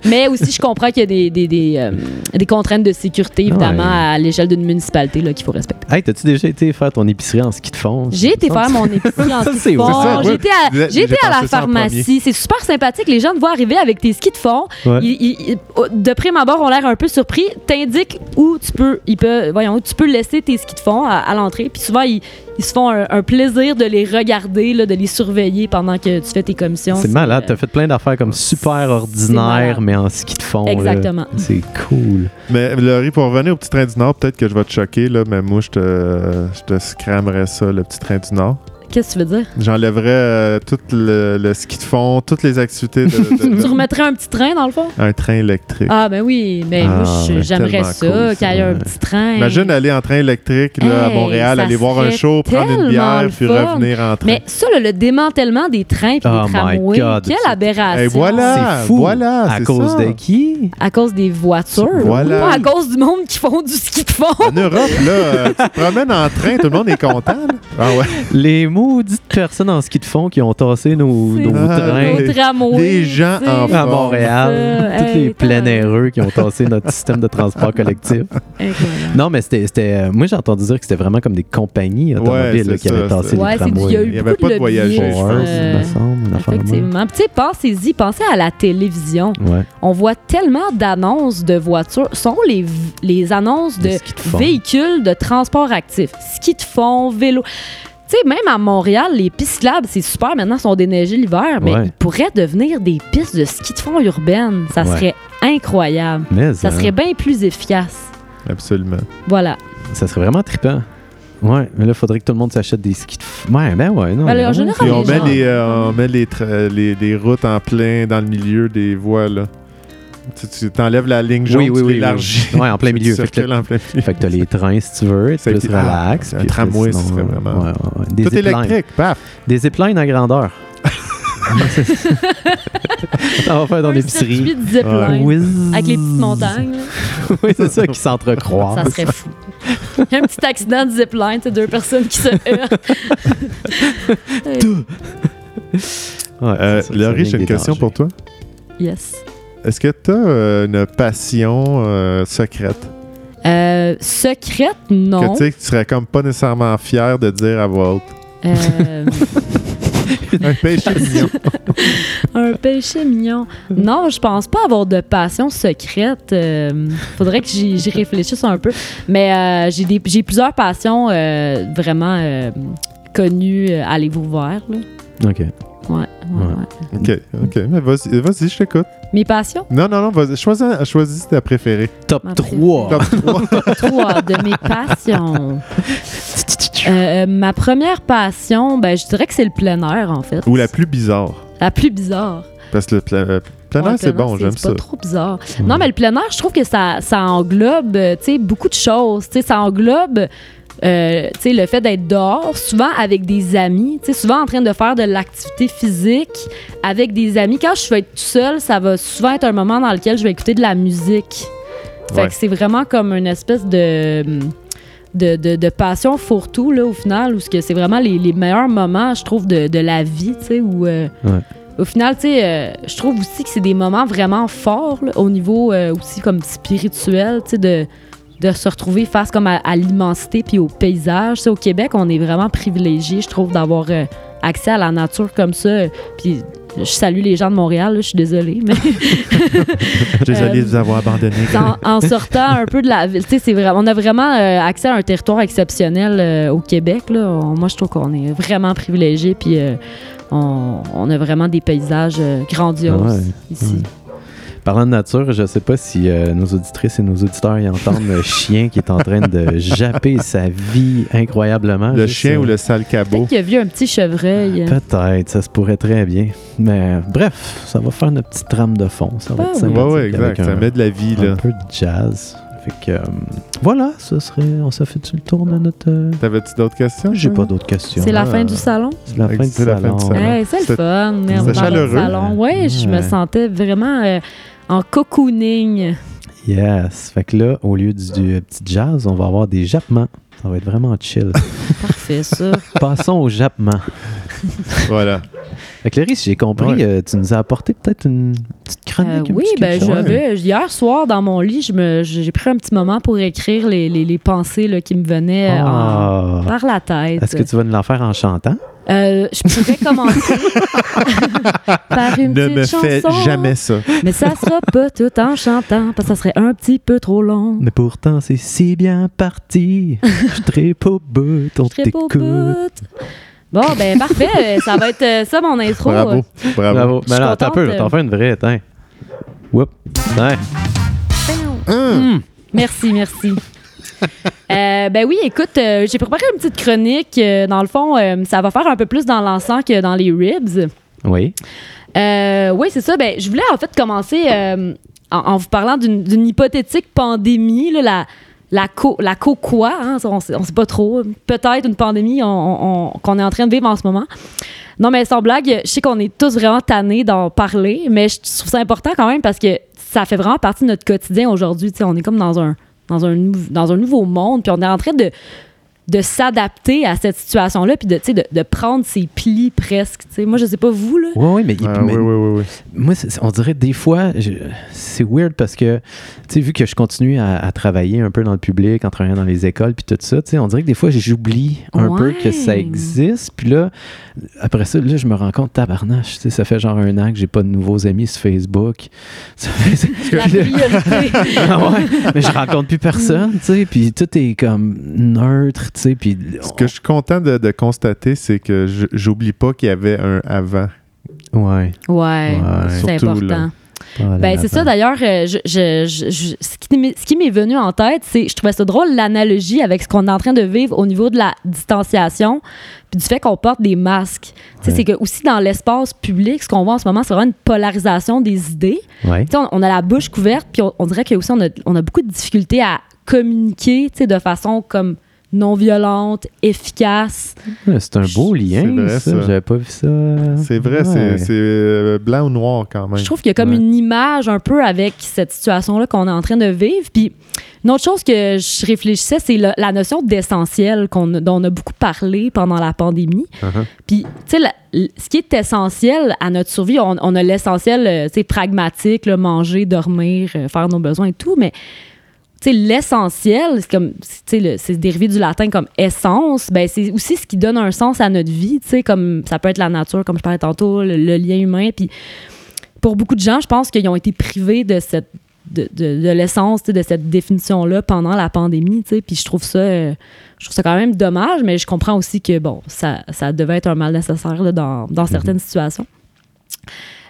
mais aussi, je comprends qu'il y a des, des, des, euh, des contraintes de sécurité, évidemment,
Ouais.
à l'échelle d'une municipalité là, qu'il faut respecter.
Hey, t'as-tu déjà été faire ton épicerie en ski de fond?
J'ai été faire mon épicerie en
Ça,
ski
c'est
de
vrai.
C'est
fond.
ça,
J'ai
ouais.
été à,
J'ai-
j'ai
j'ai
été à
pensé
la
ça en
pharmacie. C'est super sympathique. Les gens te voient arriver avec tes skis de fond.
Ouais.
Ils- ils- ils- oh, de prime abord ont l'air un peu surpris, t'indiques où tu peux, ils peuvent, voyons, où tu peux laisser tes skis de fond à, à l'entrée. Puis souvent, ils, ils se font un, un plaisir de les regarder, là, de les surveiller pendant que tu fais tes commissions. Euh,
C'est malade, t'as fait plein d'affaires comme super ordinaires,
malade.
mais en ski de fond. là.
Exactement.
C'est cool.
Mais Laurie, pour revenir au petit train du Nord, peut-être que je vais te choquer, là, mais moi, je te, je te scramerais ça, le petit train du Nord.
Qu'est-ce que tu veux dire?
J'enlèverais euh, tout le, le ski de fond, toutes les activités de. de- de-
Tu remettrais un petit train, dans le fond?
un train électrique.
Ah, ben oui, mais
Ah,
moi, je-
mais
j'aimerais
tellement
ça,
cool,
qu'il y ait
ça.
un petit train.
Imagine aller en train électrique là, à
Hey,
Montréal,
ça
aller voir un
serait
show, prendre une
tellement
bière,
le
puis
fun.
revenir en train.
Mais ça, là, le démantèlement des trains et
Oh
des
my
tramways,
God,
quelle
c'est-
aberration!
Et voilà,
C'est fou.
Ah, voilà,
à
c'est
cause
ça.
de qui?
À cause des voitures,
Voilà.
pas à cause du monde qui font du ski de fond.
En Europe, là, euh, tu te promènes en train, tout le monde est content. là. Ah ouais.
Les maudites personnes en ski de fond qui ont tassé nos,
C'est
nos
Ah,
trains.
les-
Nos tramways,
les gens
tu sais.
en
à
Bon,
Montréal,
ça,
tous
Euh, hey,
les plein
attends.
aireux qui ont tassé notre système de transport collectif.
Incroyable.
Non, mais c'était, c'était, euh, moi j'ai entendu dire que c'était vraiment comme des compagnies automobiles
c'est
là, qui
ça,
avaient
c'est-
tassé les
Ouais, c'est du,
tramways.
il y a eu
Il y
beaucoup
avait pas de
lobbyistes,
voyageurs,
Ford,
euh,
il me semble, une affaire hein, de même.
Effectivement. Puis, Tu sais, pensez-y, pensez à la télévision.
Ouais.
On voit tellement d'annonces de voitures. Ce sont les, v- les annonces de
Des skis de fond.
véhicules de transport actif. Ski de fond, vélo. Tu sais, même à Montréal, les pistes cyclables, c'est super. Maintenant, sont déneigées l'hiver, mais
Ouais.
ils pourraient devenir des pistes de ski de fond urbaines. Ça
Ouais.
serait incroyable.
Mais
Ça
hein,
serait bien plus efficace.
Absolument.
Voilà.
ça serait vraiment trippant. Ouais, mais là, faudrait que tout le monde s'achète des skis de fond. Ouais, ben ouais. Non,
Ben,
mais
en
ouais.
général,
Puis
Ah,
on
les
met,
gens.
les, euh, on met les, tra- les, les routes en plein dans le milieu des voies. Là. Tu, tu t'enlèves la ligne jaune,
Oui, oui,
tu
oui,
l'élargis.
oui. Ouais, en plein milieu.
Tu
Fait que
circules en plein milieu.
Fait que t'as les trains si tu veux,
C'est
c'est plus
qui- ah,
relax.
un
puis
tramway, ce
sinon,
serait vraiment-
ouais, ouais, ouais. Des
Tout
éplines.
électrique, paf!
Des éplines à grandeur. Ça va faire dans
Un
l'épicerie.
circuit de zip
Ouais.
line,
Whizz.
Avec les petites montagnes. là.
oui, c'est ça qui s'entrecroise.
Ça serait fou. Un petit accident de zipline, c'est deux personnes qui se heurtent.
Ouais,
Euh,
c'est ça, ça
Laurie,
vient
j'ai une
des
question
dangers.
pour toi.
yes.
Est-ce que t'as euh, une passion euh, secrète?
Euh, secrète, non.
Que tu sais, que tu serais comme pas nécessairement fier de dire à voix haute.
Euh,
Un péché mignon.
un péché mignon. Non, je pense pas avoir de passion secrète. Euh, faudrait que j'y j'y réfléchisse un peu. Mais euh, j'ai des- j'ai plusieurs passions euh, vraiment euh, connues euh, à l'évo ouvert. là.
Ok.
Ouais, ouais,
Ouais.
ouais.
Ok, ok. Mais vas-y, vas-y, je t'écoute.
Mes passions?
Non, non, non, vas-y. Choisis, choisis ta préférée.
Top
Ma
3.
Top 3.
trois de mes passions. Euh, ma première passion, ben, je dirais que c'est le plein air, en fait.
Ou la plus bizarre.
La plus bizarre.
Parce que le pla- euh, plein
Ouais,
air, c'est bon, j'aime
c'est
ça. Mm.
pas trop bizarre. Non, mais le plein air, je trouve que ça, ça englobe euh, tu sais, beaucoup de choses. Tu sais, ça englobe euh, tu sais, le fait d'être dehors, souvent avec des amis, tu sais, souvent en train de faire de l'activité physique avec des amis. Quand je vais être tout seul, ça va souvent être un moment dans lequel je vais écouter de la musique. Fait
Ouais.
que c'est vraiment comme une espèce de. De, de, de passion fourre-tout, là, au final, où ce que c'est vraiment les, les meilleurs moments, je trouve, de, de la vie, tu sais, où euh, au final, tu sais, euh, je trouve aussi que c'est des moments vraiment forts là, au niveau euh, aussi comme spirituel, tu sais, de, de se retrouver face comme à, à l'immensité puis au paysage. Tu sais, au Québec, on est vraiment privilégié, je trouve, d'avoir euh, accès à la nature comme ça. Puis je salue les gens de Montréal, là, je suis désolée, mais
Désolé
Désolé
de
de
vous avoir abandonné.
en, en sortant un peu de la ville, tu sais, c'est vraiment, on a vraiment euh, accès à un territoire exceptionnel euh, au Québec. Là. On- moi, je trouve qu'on est vraiment privilégié puis euh, on, on a vraiment des paysages euh, grandioses
Ah Ouais,
ici.
Parlant de nature, je sais pas si euh, nos auditrices et nos auditeurs y entendent le chien qui est en train de japper sa vie incroyablement.
Le
Juste,
chien
euh,
ou le sale cabot.
Peut-être qu'il a vu un petit chevreuil.
Ah,
Peut-être, ça se pourrait très bien. Mais euh, bref, ça va faire notre petite trame de fond. Ça va
Ah
être
oui.
Ouais,
sympathique
ouais, exact.
avec
Ça
un,
met de la vie,
un
là.
peu de jazz. Fait que, euh, voilà, ce serait, on s'est fait le tour de notre... euh,
T'avais-tu d'autres questions?
J'ai pas d'autres questions.
C'est la
Ouais.
fin du salon.
C'est la fin du
C'est la fin
salon.
du salon.
Hey, c'est
Ah. C'est-
le fun. merde,
c'est
dans le
chaleureux.
salon. Ouais, je
Ouais.
me sentais vraiment euh, en cocooning.
Yes. Fait que là, au lieu du, du petit jazz, on va avoir des jappements. Ça va être vraiment chill.
Parfait, ça.
Passons aux jappements.
Voilà.
Fait que Laurie, si j'ai compris,
Ouais.
euh, tu nous as apporté peut-être une petite
Euh,
chronique. un
oui,
petit
ben
quelque chose.
j'avais hier soir dans mon lit, je me- j'ai pris un petit moment pour écrire les, les- les pensées là, qui me venaient euh,
Ah.
en- par la tête.
Est-ce que tu vas nous l'en faire en chantant?
Euh, je pourrais commencer par une
Ne
petite
me
chanson. hein?
fais jamais ça.
Mais ça sera pas tout en chantant, parce que ça serait un petit peu trop long.
Mais pourtant, c'est si bien parti. Je tripe au bout, on
Très beau
t'écoute.
bout. Bon, ben parfait. Ça va être euh, ça mon intro.
Bravo. Bravo.
Bravo.
Je
Mais
suis
non, t'as un peu, je vais t'en
contente.
faire une vraie, attends. Ah Whoop. Ouais.
Hum.
hmm. Merci, merci. Euh, ben oui, écoute, euh, j'ai préparé une petite chronique. Euh, dans le fond, euh, ça va faire un peu plus dans l'encens que dans les ribs.
Oui.
Euh, oui, c'est ça. Ben, je voulais en fait commencer euh, en, en vous parlant d'une d'une hypothétique pandémie, là, la, la, co, la co quoi, hein, ça, on sait, on sait pas trop. Peut-être une pandémie on- on- on- qu'on est en train de vivre en ce moment. Non, mais sans blague, je sais qu'on est tous vraiment tannés d'en parler, mais je trouve ça important quand même parce que ça fait vraiment partie de notre quotidien aujourd'hui. Tu sais, on est comme dans un, dans, un, nou- dans un nouveau monde, puis on est en train de de s'adapter à cette situation-là, puis de, tu sais, de, de prendre ses plis presque. tu sais. Moi, je sais pas vous, là.
Oui, oui, mais, il-
Ah,
mais
oui, oui, oui, oui.
moi, c'est- c'est- on dirait des fois, je- c'est weird parce que, tu sais, vu que je continue à, à travailler un peu dans le public, en travaillant dans les écoles, puis tout ça, tu sais, on dirait que des fois, j'oublie un
Ouais.
peu que ça existe. Puis là, après ça, là, je me rends compte, tabarnache, tu sais, ça fait genre un an que j'ai pas de nouveaux amis sur Facebook. Ça fait-
La priorité.
Ah ouais, mais je rencontre plus personne, tu sais, puis tout est comme neutre, tu sais, puis
Ce que je suis content de, de constater, c'est que je- j'oublie pas qu'il y avait un avant.
ouais.
Ouais,
Ouais,
c'est
surtout,
important.
là.
voilà,
Ben, c'est ça,
ben.
d'ailleurs, euh, je, je- je- je- ce qui m'est- ce qui m'est venu en tête, c'est, je trouvais ça drôle, l'analogie avec ce qu'on est en train de vivre au niveau de la distanciation, puis du fait qu'on porte des masques. Tu sais,
Ouais.
C'est que aussi dans l'espace public, ce qu'on voit en ce moment, c'est vraiment une polarisation des idées.
Ouais.
Tu sais, on, on a la bouche couverte, puis on, on dirait que aussi on a, on a beaucoup de difficultés à communiquer tu sais, de façon comme non violente, efficace.
Ah, C'est un beau lien,
C'est vrai,
ça.
ça.
J'avais pas vu ça.
C'est vrai, c'est-
Ouais.
c'est euh, blanc ou noir quand même.
Je trouve qu'il y a comme
Ouais.
une image un peu avec cette situation-là qu'on est en train de vivre. Puis une autre chose que je réfléchissais, c'est le- la notion d'essentiel qu'on a- dont on a beaucoup parlé pendant la pandémie.
Uh-huh.
Puis, tu sais, la- l- ce qui est essentiel à notre survie, on, on a l'essentiel, euh, tu sais, pragmatique, là, manger, dormir, euh, faire nos besoins et tout, mais tu sais, l'essentiel, c'est comme, c'est- tu sais, le- c'est dérivé du latin comme essence, ben c'est aussi ce qui donne un sens à notre vie, tu sais, comme ça peut être la nature, comme je parlais tantôt, le, le lien humain, puis pour beaucoup de gens, je pense qu'ils ont été privés de cette de, de- de l'essence, tu sais, de cette définition-là pendant la pandémie, tu sais, puis je trouve ça, euh, je trouve ça quand même dommage, mais je comprends aussi que, bon, ça, ça devait être un mal nécessaire là, dans, dans
Mhm.
certaines situations.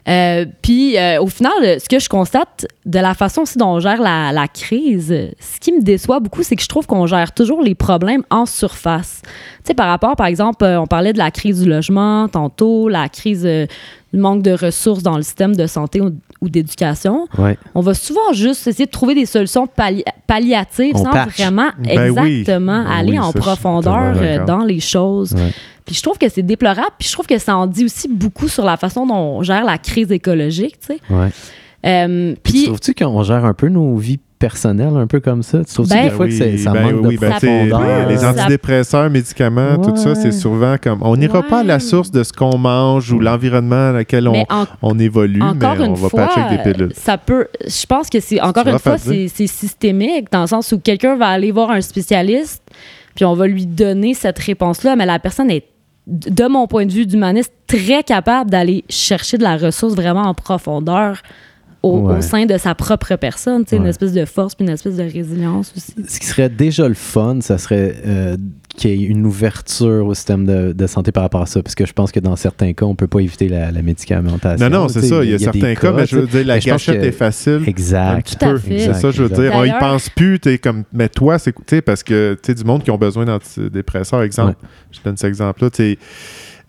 Euh, puis, euh, au final, euh, ce que je constate de la façon aussi dont on gère la, la crise, euh, ce qui me déçoit beaucoup, c'est que je trouve qu'on gère toujours les problèmes en surface. Tu sais, par rapport, par exemple, euh, on parlait de la crise du logement tantôt, la crise euh, du manque de ressources dans le système de santé ou, ou d'éducation.
Ouais.
On va souvent juste essayer de trouver des solutions palli- palliatives
On
sans
patch.
vraiment
Ben oui.
exactement
Ben
aller
oui,
en
ça, je suis
profondeur
totalement
euh,
d'accord.
dans les choses.
Ouais.
Puis je trouve que c'est déplorable, puis je trouve que ça en dit aussi beaucoup sur la façon dont on gère la crise écologique, tu sais.
ouais.
Euh,
Puis, tu
puis
trouves-tu qu'on gère un peu nos vies personnelles, un peu comme ça? Tu trouves-tu
Ben-
des fois que c'est- ça
Ben
manque
oui,
de
ben, tu sais,
profondeur?
Les
Ça-
antidépresseurs, médicaments, tout ça,
Ouais.
c'est souvent comme. On n'ira pas à la
Ouais.
source de ce qu'on mange ou l'environnement dans lequel on,
mais en-
on évolue,
encore
mais on
une
va
fois,
patcher avec des pilules.
ça peut. Je pense que c'est encore
Tu
une
vas
fois
faire
c'est c'est systémique dans le sens où quelqu'un va aller voir un spécialiste, puis on va lui donner cette réponse-là, mais la personne est de mon point de vue d'humaniste, très capable d'aller chercher de la ressource vraiment en profondeur au,
Ouais.
au sein de sa propre personne, tu sais, une
Ouais.
espèce de force puis une espèce de résilience aussi.
Ce qui serait déjà le fun, ça serait euh, qu'il y ait une ouverture au système de, de santé par rapport à ça, parce que je pense que dans certains cas, on peut pas éviter la, la médicamentation.
Non, non, c'est
tu sais,
ça. Il y a,
des
certains cas, mais je veux
tu sais.
dire, la
Mais je pense
gâchette
que-
est facile. Un
Exact.
petit
Tout à
peu.
fait.
C'est ça, je veux
Exact,
dire. On y
exact.
pense plus, t'es comme. Mais toi, c'est. Tu sais, parce que, tu sais, du monde qui ont besoin d'antidépresseurs, exemple. Je donne cet exemple-là, tu sais.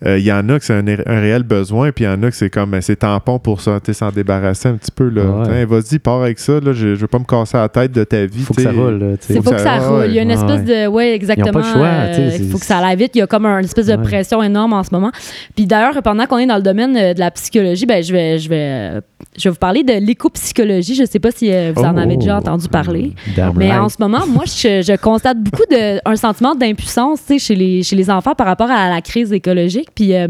euh, Il y en a que c'est un, é- un réel besoin, puis il y en a que c'est comme ben, c'est tampon pour ça, tu sais, s'en débarrasser un petit peu. Là.
Ouais.
Tiens, Vas-y, pars avec ça, là, je, je veux pas me casser la tête de ta vie.
Faut que
tu sais.
ça roule, là, tu sais.
C'est
Faut
faut
que
que ça
ça-
roule. Il y a une
Ah ouais,
espèce de. Oui, exactement.
Ils
euh,
ont pas le choix, tu sais,
Il
c'est-
faut que ça aille vite. Il y a comme une espèce de
Ouais.
pression énorme en ce moment. Puis d'ailleurs, pendant qu'on est dans le domaine euh, de la psychologie, ben, je, vais, je, vais, euh, je vais vous parler de l'éco-psychologie. Je ne sais pas si euh, vous en
Oh.
avez déjà entendu parler.
Damn
Mais
right.
en ce moment, moi, je, je constate beaucoup de, un sentiment d'impuissance tu sais, chez les, chez les enfants par rapport à la crise écologique. Puis, euh,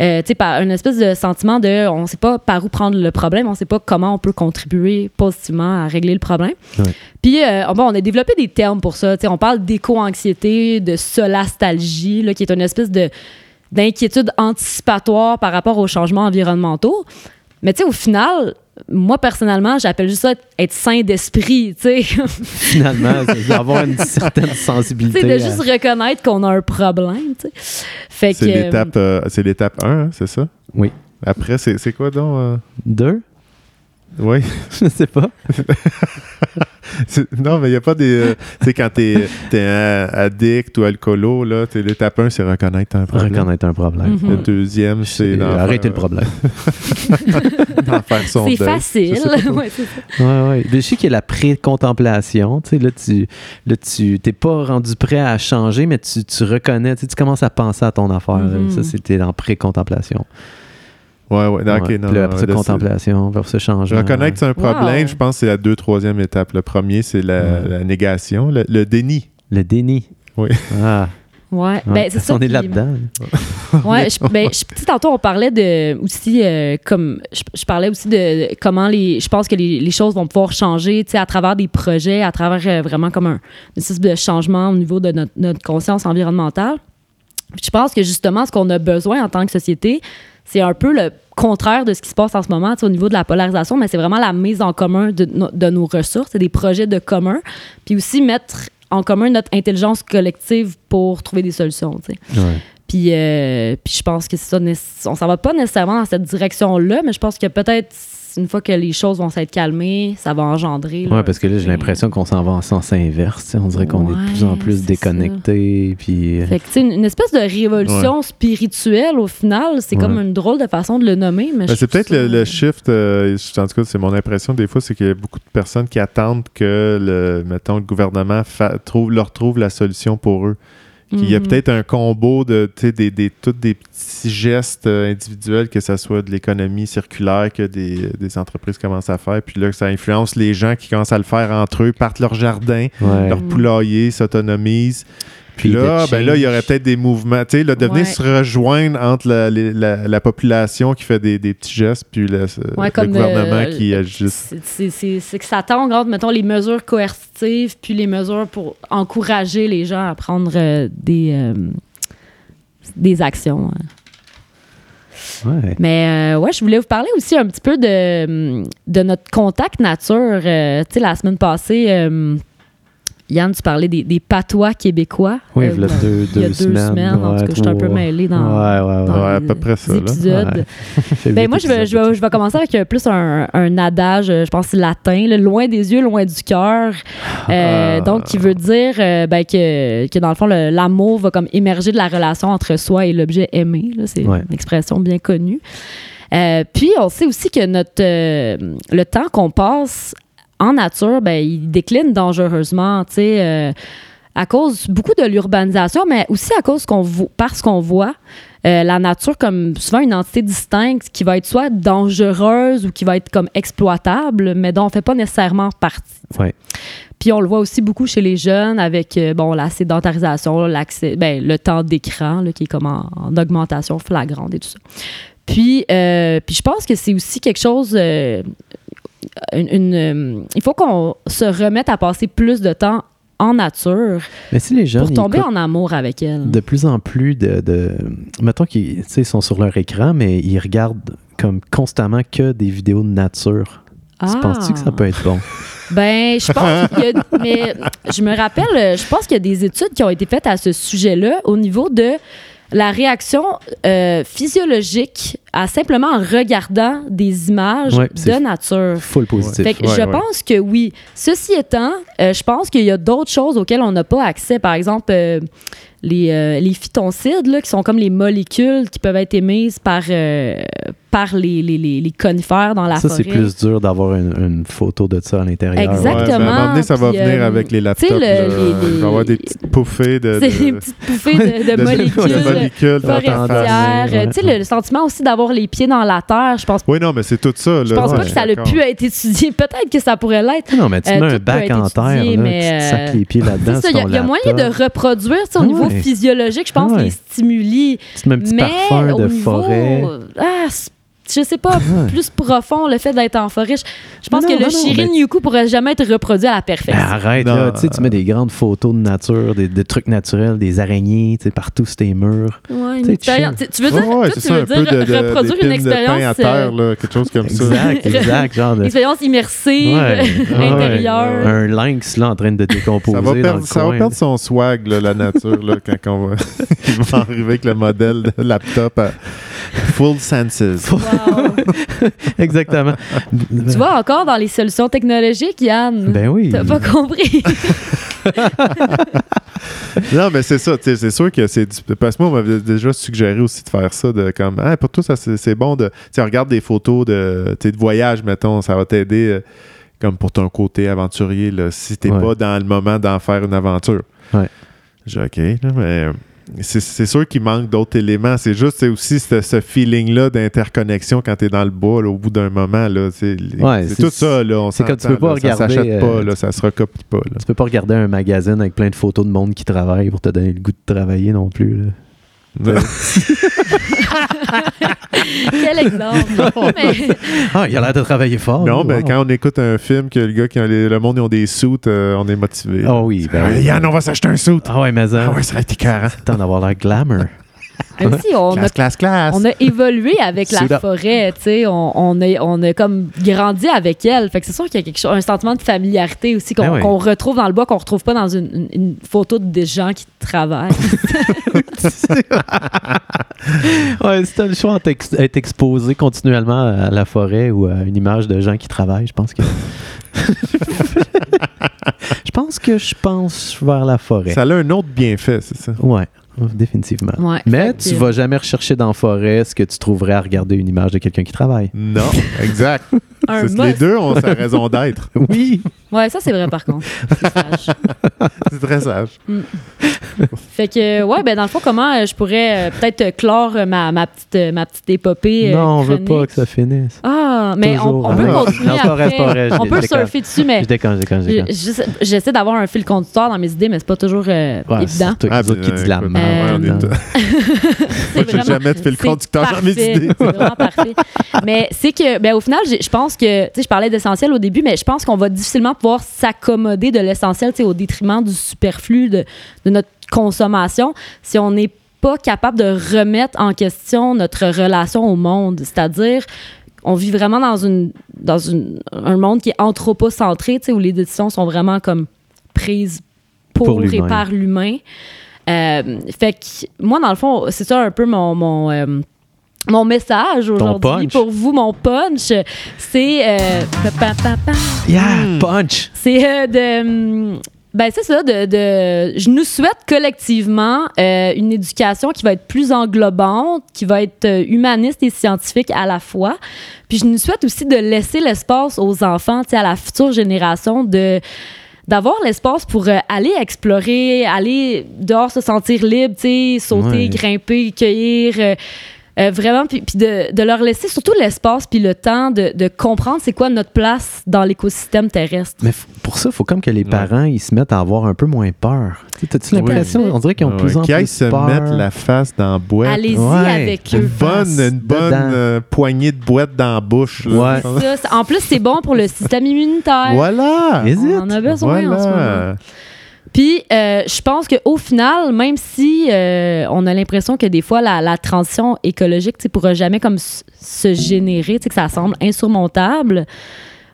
euh, tu sais, par une espèce de sentiment de on ne sait pas par où prendre le problème, on ne sait pas comment on peut contribuer positivement à régler le problème.
Ouais.
Puis, euh, bon, on a développé des termes pour ça. Tu sais, on parle d'éco-anxiété, de solastalgie, là, qui est une espèce de d'inquiétude anticipatoire par rapport aux changements environnementaux. Mais tu sais, au final, moi, personnellement, j'appelle juste ça être, être sain d'esprit, tu sais.
Finalement, c'est d'avoir une certaine
Tu
sensibilité.
euh,
sais, de
à-
juste reconnaître qu'on a un problème, tu sais. Fait que...
C'est
euh,
l'étape euh, c'est l'étape 1, hein, c'est ça?
Oui.
Après, c'est c'est quoi donc? euh?
Deux?
Oui.
Je sais pas.
C'est- Non, mais il n'y a pas des. euh, tu sais, quand t'es es addict ou alcoolo, là, t'es- l'étape 1, c'est reconnaître un problème.
Reconnaître un problème.
Mhm.
Le deuxième, c'est
C'est
d'en
arrêter
faire-
le problème.
d'en faire son
C'est
deuil.
facile.
Je sais pas trop.
Ouais, c'est ça.
Ouais, ouais. Mais je sais qu'il y a la pré-contemplation. Tu sais, là, tu là, tu t'es pas rendu prêt à changer, mais tu, tu reconnais, tu, sais, tu commences à penser à ton affaire.
Mhm.
Ça, c'était en pré-contemplation.
Ouais, ouais. non, Mm-hmm. ok,
Ouais.
non,
Puis là,
non,
après ça,
là, c'est-
contemplation, vers ce changement.
Reconnaître que c'est un problème,
Wow.
je pense que c'est la deux, troisième étape. Le premier, c'est la,
Ouais.
la négation, le, le déni.
Le déni.
Oui.
Ah,
Ouais,
ouais.
ben, c'est ça.
on est
qui-
là-dedans.
Ouais, je, ben, je- tu sais, tantôt, on parlait de aussi, euh, comme, je, je parlais aussi de, de comment les, je pense que les, les choses vont pouvoir changer, tu sais, à travers des projets, à travers euh, vraiment comme un, une espèce de changement au niveau de notre, notre conscience environnementale. Puis Je pense que justement, ce qu'on a besoin en tant que société, c'est un peu le contraire de ce qui se passe en ce moment tu sais, au niveau de la polarisation, mais c'est vraiment la mise en commun de, no- de nos ressources, c'est des projets de commun, puis aussi mettre en commun notre intelligence collective pour trouver des solutions. tu sais.
Ouais.
Puis, euh, puis je pense que c'est ça, né- on s'en va pas nécessairement dans cette direction-là, mais je pense que peut-être une fois que les choses vont s'être calmées, ça va engendrer.
Ouais, parce que là, j'ai l'impression qu'on s'en va en sens inverse. tu sais. On dirait qu'on est de plus en
Ouais,
plus
c'est
déconnecté. Puis, euh,
Fait que, tu sais, une, une espèce de révolution spirituelle, au final, c'est
Ouais.
comme une drôle de façon de le nommer. Mais
Ben,
je
c'est
trouve
peut-être
ça-
le, le shift, euh, je- en tout cas, c'est mon impression des fois, c'est qu'il y a beaucoup de personnes qui attendent que, le, mettons, le gouvernement fa- trouve, leur trouve la solution pour eux. Il y a
Mhm.
peut-être un combo de tu sais, des, des, tous des petits gestes euh, individuels, que ce soit de l'économie circulaire que des, des entreprises commencent à faire. Puis là, ça influence les gens qui commencent à le faire entre eux, partent leur jardin,
ouais.
leur poulailler, s'autonomise. Puis
Puis
là,
de
ben là, il y aurait
change.
peut-être des mouvements. Tu sais, là, de venir
Ouais.
se rejoindre entre la, les- la- la population qui fait des, des petits gestes, puis le, ce-
Ouais,
le
comme,
gouvernement
euh,
qui agisse.
C'est- C'est c'est- c'est que ça tombe entre, mettons, les mesures coercitives, puis les mesures pour encourager les gens à prendre euh, des, euh, des actions. hein.
Ouais.
Mais euh, ouais, je voulais vous parler aussi un petit peu de, hum, de notre contact nature. Euh, tu sais, la semaine passée, euh, Yann, tu parlais des, des patois québécois.
Oui,
Euh,
il y a
bon,
deux,
il y a deux
semaines.
semaines. en
ouais,
tout cas, je suis un peu
trois.
mêlée dans
Ouais, ouais, ouais.
dans
Ouais, à
les
peu près ça.
les
là.
épisodes.
Ouais. Fait
Ben,
huit
moi, je vais, je,
épisodes.
vais, je vais commencer avec euh, plus un, un adage, euh, je pense, c'est latin, là, loin des yeux, loin du cœur. Euh,
Ah.
Donc, qui veut dire euh, ben, que, que, dans le fond, le- l'amour va comme émerger de la relation entre soi et l'objet aimé. là. C'est
Ouais.
une expression bien connue. Euh, puis, on sait aussi que notre, euh, le temps qu'on passe en nature, ben, il décline dangereusement, tu sais, euh, à cause beaucoup de l'urbanisation, mais aussi à cause qu'on vo- parce qu'on voit euh, la nature comme souvent une entité distincte qui va être soit dangereuse ou qui va être comme exploitable, mais dont on fait pas nécessairement partie.
Ouais.
Puis on le voit aussi beaucoup chez les jeunes avec euh, bon la sédentarisation, l'accès, ben, le temps d'écran là, qui est comme en, en augmentation flagrante et tout ça. Puis, euh, puis je pense que c'est aussi quelque chose. euh, une, une, euh, il faut qu'on se remette à passer plus de temps en nature
Mais si les jeunes.
pour
ils
tomber
écoutent
en amour avec elle.
De plus en plus de. de mettons qu'ils tu sais, ils sont sur leur écran, mais ils regardent comme constamment que des vidéos de nature. Tu
Ah.
penses-tu que ça peut être bon?
Ben, je pense qu'il y a- mais je me rappelle, euh, je pense qu'il y a des études qui ont été faites à ce sujet-là au niveau de la réaction euh, physiologique à simplement en regardant des images
Ouais,
de
c'est-
nature.
Full positif.
Fait que
Ouais,
je
ouais.
pense que oui. Ceci étant, euh, je pense qu'il y a d'autres choses auxquelles on n'a pas accès. Par exemple, euh, les, euh, les phytoncides, là, qui sont comme les molécules qui peuvent être émises par, euh, par les, les, les- les conifères dans la
ça,
forêt.
c'est plus dur d'avoir une, une photo de ça à l'intérieur.
Exact.
Ouais, mais à un moment donné, ça va
Exactement,
venir
puis, euh,
avec les
tu sais,
laptops.
le-
là.
les- les-
Il va y avoir des petites pouffées de,
C'est
de-
des petites bouffées de, de
de- de
molécules euh,
molécules dans ta face.
forestières.
Ouais.
Euh, Tu sais, le, le sentiment aussi d'avoir les pieds dans la terre, je pense,
Oui, non, mais c'est tout ça.
je pense pas que ça a pu être étudié. Peut-être que ça pourrait l'être.
Non, mais tu
Euh,
mets
tout
un
peut
bac
être
en terre,
étudié,
là,
mais,
tu
euh,
te sacs les pieds là-dedans.
C'est ça, il y a,
sur
il y a
ton
moyen de
laptop.
reproduire tu sais, au
Ouais.
niveau physiologique, je pense,
Ouais.
les stimuli.
Tu te mets un petit
mais
parfum
au
de
niveau,
forêt.
Ah, c'est je sais pas,
Ouais.
plus profond, le fait d'être en forêt. Je, je pense
Non,
que
non,
le
non,
Shirin
mais-
Yuku pourrait jamais être reproduit à la
Ben,
perfection.
arrête,
Non.
là. Tu sais, tu mets des grandes photos de nature, des, des trucs naturels, des araignées, tu sais, partout sur tes murs.
Ouais, une
t'sais,
expérience. Tu veux dire,
Ouais, ouais,
toi,
c'est
tu
ça,
veux
un peu
dire
de, de-
reproduire
des
une
pins de pain à
expérience,
terre,
euh,
là, quelque chose comme ça.
Exact, exact. Genre de.
expérience immersive,
Ouais, Ah ouais,
intérieure.
Un lynx, là, en train de décomposer.
Ça va,
dans le
perdre, ça va
coin,
perdre son swag, là, la nature, là, quand on va, ils vont arriver avec le modèle de laptop à full senses.
Wow.
là. Exactement.
tu vois, encore dans les solutions technologiques, Yann.
Ben oui.
T'as pas compris.
Non, mais c'est ça, tu sais, c'est sûr que c'est du- Parce que moi, on m'avait déjà suggéré aussi de faire ça, de comme, ah, pour toi, ça, c'est c'est bon de. Tu sais, regarde des photos de, tu sais, de voyage, mettons, ça va t'aider, euh, comme pour ton côté aventurier, là, si t'es
Ouais.
pas dans le moment d'en faire une aventure.
Ouais.
J'ai OK, là, mais. euh, C'est c'est sûr qu'il manque d'autres éléments. C'est juste, c'est aussi ce, ce feeling-là d'interconnexion quand t'es dans le bois, là, au bout d'un moment. là, C'est
Ouais,
c'est
c'est-
tout ça. là, on
c'est comme tu peux
s'entend,
pas
là, Ça
regarder,
s'achète
euh,
pas, là, ça se recopie pas. là.
Tu peux pas regarder un magazine avec plein de photos de monde qui travaille pour te donner le goût de travailler non plus. là.
Ben.
Quel exemple. Mais-
Ah, il a l'air de travailler
Oh,
fort.
Non,
mais
mais quand on écoute un film que le gars qui a les- le monde ils ont des soutes, on est motivé.
Oh.
Ah oui, ben
Hey,
oui.
Yann, on va s'acheter un soute.
Ah ouais, mais ça.
Ah ouais, ça aurait été carré.
c'est le temps d'avoir l'air glamour.
Même si on a
Classe, classe, classe.
on a évolué avec
Suit
la
up.
forêt, tu sais, on, on, a, on a comme grandi avec elle. Fait que c'est sûr qu'il y a quelque chose, un sentiment de familiarité aussi qu'on
Ben oui.
qu'on retrouve dans le bois, qu'on retrouve pas dans une, une- une photo de des gens qui travaillent.
ouais, si t'as le choix entre ex- être exposé continuellement à la forêt ou à une image de gens qui travaillent, je pense que. je pense que je pense vers la forêt.
Ça a un autre bienfait, c'est ça.
Ouais, définitivement.
Ouais,
Mais
fait que-
tu vas jamais rechercher dans la forêt ce que tu trouverais à regarder une image de quelqu'un qui travaille.
Non, exact.
Un
C'est- les
must.
deux ont sa raison d'être.
Oui!
Ouais, ça c'est vrai par contre. C'est sage.
C'est très sage.
Fait que, ouais, ben dans le fond, comment euh, je pourrais euh, peut-être euh, clore euh, ma, ma, petite, euh, ma petite épopée? euh,
non, on veut
chronique?
pas que ça finisse.
Ah, mais on,
Toujours. hein.
on peut
Ah.
continuer.
Non, c'est pas vrai,
après.
c'est pas vrai, je
on peut
déconne.
surfer dessus, mais
Je déconne, je déconne, je déconne.
Eh. je- j'essa- j'essaie d'avoir un fil conducteur dans mes idées, mais c'est pas toujours euh,
Ouais,
évident.
surtout
Ah,
les autres
ben,
qui disent la
écoute,
merde.
ouais,
on est-
là.
Euh, C'est
Moi, j'ai
vraiment-
jamais de fil
c'est
conducteur dans mes
parfait.
idées.
C'est vraiment parfait. Mais c'est que, ben, au final, j'ai- je pense que, tu sais, je parlais d'essentiel au début, mais je pense qu'on va difficilement pouvoir s'accommoder de l'essentiel, tu sais, au détriment du superflu de, de notre consommation si on n'est pas capable de remettre en question notre relation au monde. C'est-à-dire, on vit vraiment dans, une, dans une, un monde qui est anthropocentré, tu sais, où les décisions sont vraiment comme prises pour,
Pour
et
l'humain.
par l'humain. Euh, fait que moi, dans le fond, c'est ça un peu mon, mon, euh, mon message aujourd'hui
punch.
pour vous, mon punch. C'est euh, pa- pa- pa- pa- Hmm.
Yeah, punch!
c'est euh, de. hum, Ben, c'est ça, de, de- Je nous souhaite collectivement euh, une éducation qui va être plus englobante, qui va être euh, humaniste et scientifique à la fois. Puis je nous souhaite aussi de laisser l'espace aux enfants, tu sais, à la future génération de d'avoir l'espace pour euh, aller explorer, aller dehors se sentir libre, tu sais, sauter,
Ouais.
grimper, cueillir, euh, euh, vraiment, puis, puis de, de leur laisser surtout l'espace puis le temps de, de comprendre c'est quoi notre place dans l'écosystème terrestre.
Mais f- pour ça, il faut comme que les
Ouais.
parents ils se mettent à avoir un peu moins peur. Tu sais, T'as-tu
Oui.
l'impression? On dirait qu'ils ont de plus
Ouais,
en
Qu'ils
plus
aillent se
peur.
mettre la face dans la boîte.
Allez-y
Ouais.
avec
Une
eux.
bonne, une bonne
dedans.
euh, poignée de boîte dans la bouche. là.
Ça, c'est- en plus, c'est bon pour le système immunitaire.
Voilà!
Hésite.
On en a besoin en ce moment.
Voilà.
Puis, euh, je pense qu'au final, même si euh, on a l'impression que des fois, la, la transition écologique ne pourra jamais comme s- se générer, tu sais, que ça semble insurmontable,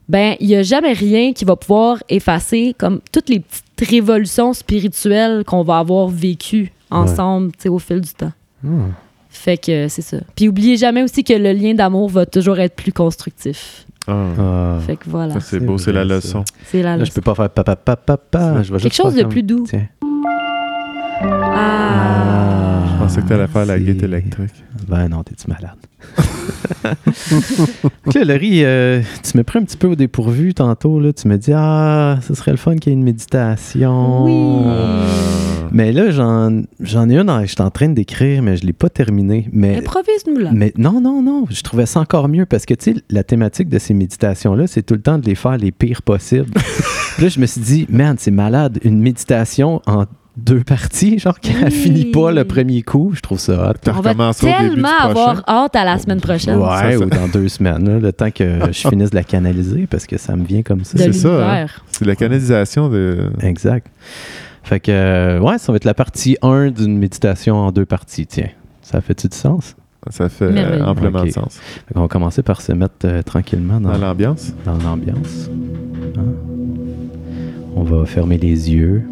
ben il n'y a jamais rien qui va pouvoir effacer comme toutes les petites révolutions spirituelles qu'on va avoir vécues ensemble tu sais, au fil du temps.
Hmm.
Fait que euh, c'est ça. Puis, oubliez jamais aussi que le lien d'amour va toujours être plus constructif.
Ah,
Ah.
Fait que voilà,
ça, c'est
C'est
beau, c'est la
vrai, ça.
leçon.
c'est
Là,
la
je
leçon.
peux pas faire papa papa papa. Je vais
Quelque
juste
chose
faire
de
comme-
plus doux.
Tiens.
Ah.
Je pensais que t'allais faire la
C'est-
guette électrique.
Ben non, t'es-tu malade? Donc là, Laurie, euh, tu me prends un petit peu au dépourvu tantôt. Là. Tu me dis, ah, ce serait le fun qu'il y ait une méditation. Euh,
Oui.
Mais là, j'en j'en ai une, en- je suis en train d'écrire, mais je l'ai pas terminée. Mais,
Improvise-nous là.
mais non, non, non, je trouvais ça encore mieux parce que, tu sais, la thématique de ces méditations-là, c'est tout le temps de les faire les pires possibles. Puis là, je me suis dit, man, c'est malade, une méditation en deux parties, genre qu'elle
Oui.
finit pas le premier coup. Je trouve ça hot.
T'as
On va
recommencé au début du
tellement
prochain.
avoir hâte à la semaine prochaine.
Ouais,
ça, ça-
ou dans deux semaines, là, le temps que je finisse de la canaliser parce que ça me vient comme ça.
de
c'est ça, hein.
l'univers.
C'est la canalisation de.
Exact. Fait que, euh, ouais, ça va être la partie 1 d'une méditation en deux parties, tiens. Ça fait-tu du sens?
Ça fait euh,
Merveilleux.
amplement
Ok.
de sens.
Fait qu'on va commencer par se mettre euh, tranquillement dans,
Dans l'ambiance.
dans l'ambiance. Hein? On va fermer les yeux,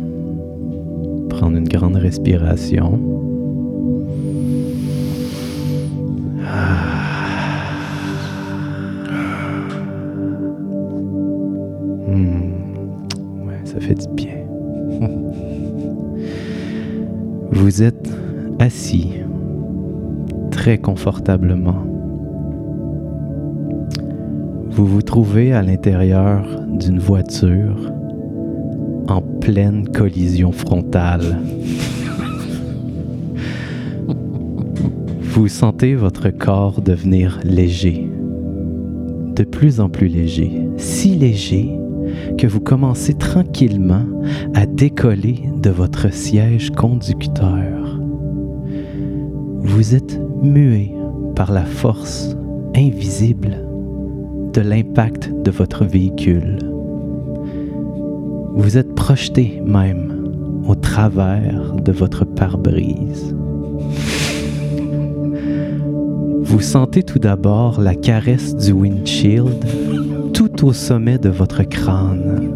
prendre une grande respiration. Ah. Hmm. Ouais, ça fait du bien. Vous êtes assis très confortablement vous vous trouvez à l'intérieur d'une voiture en pleine collision frontale. Vous sentez votre corps devenir léger, de plus en plus léger, si léger que vous commencez tranquillement à décoller de votre siège conducteur. Vous êtes muet par la force invisible de l'impact de votre véhicule. Vous êtes projeté même au travers de votre pare-brise. Vous sentez tout d'abord la caresse du windshield tout au sommet de votre crâne.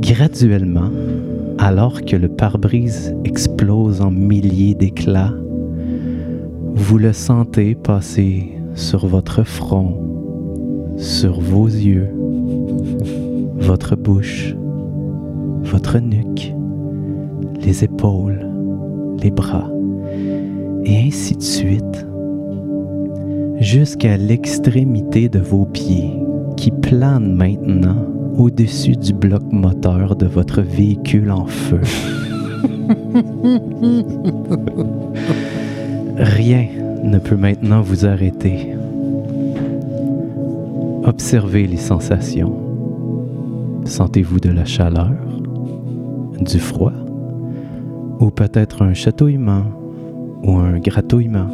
Graduellement, alors que le pare-brise explose en milliers d'éclats, vous le sentez passer sur votre front, sur vos yeux, votre bouche, votre nuque, les épaules, les bras, et ainsi de suite, jusqu'à l'extrémité de vos pieds qui planent maintenant au-dessus du bloc moteur de votre véhicule en feu. Rien ne peut maintenant vous arrêter. Observez les sensations. Sentez-vous de la chaleur, du froid, ou peut-être un chatouillement ou un gratouillement.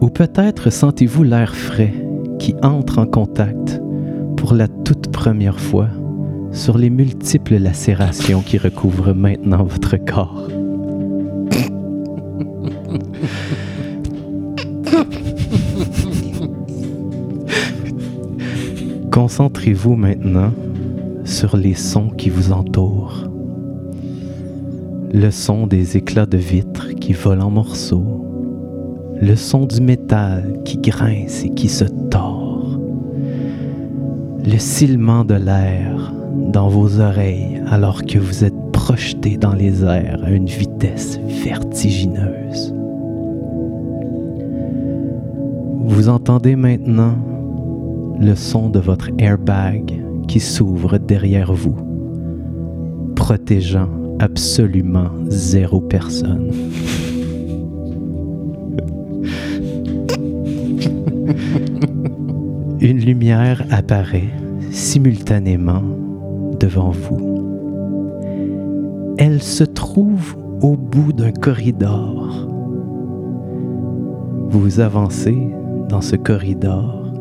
Ou peut-être sentez-vous l'air frais qui entre en contact pour la toute première fois sur les multiples lacérations qui recouvrent maintenant votre corps. Concentrez-vous maintenant sur les sons qui vous entourent. Le son des éclats de vitres qui volent en morceaux. Le son du métal qui grince et qui se tord. Le silement de l'air dans vos oreilles alors que vous êtes projeté dans les airs à une vitesse vertigineuse. Vous entendez maintenant le son de votre airbag qui s'ouvre derrière vous, protégeant absolument zéro personne. Une lumière apparaît simultanément devant vous. Elle se trouve au bout d'un corridor. Vous avancez dans ce corridor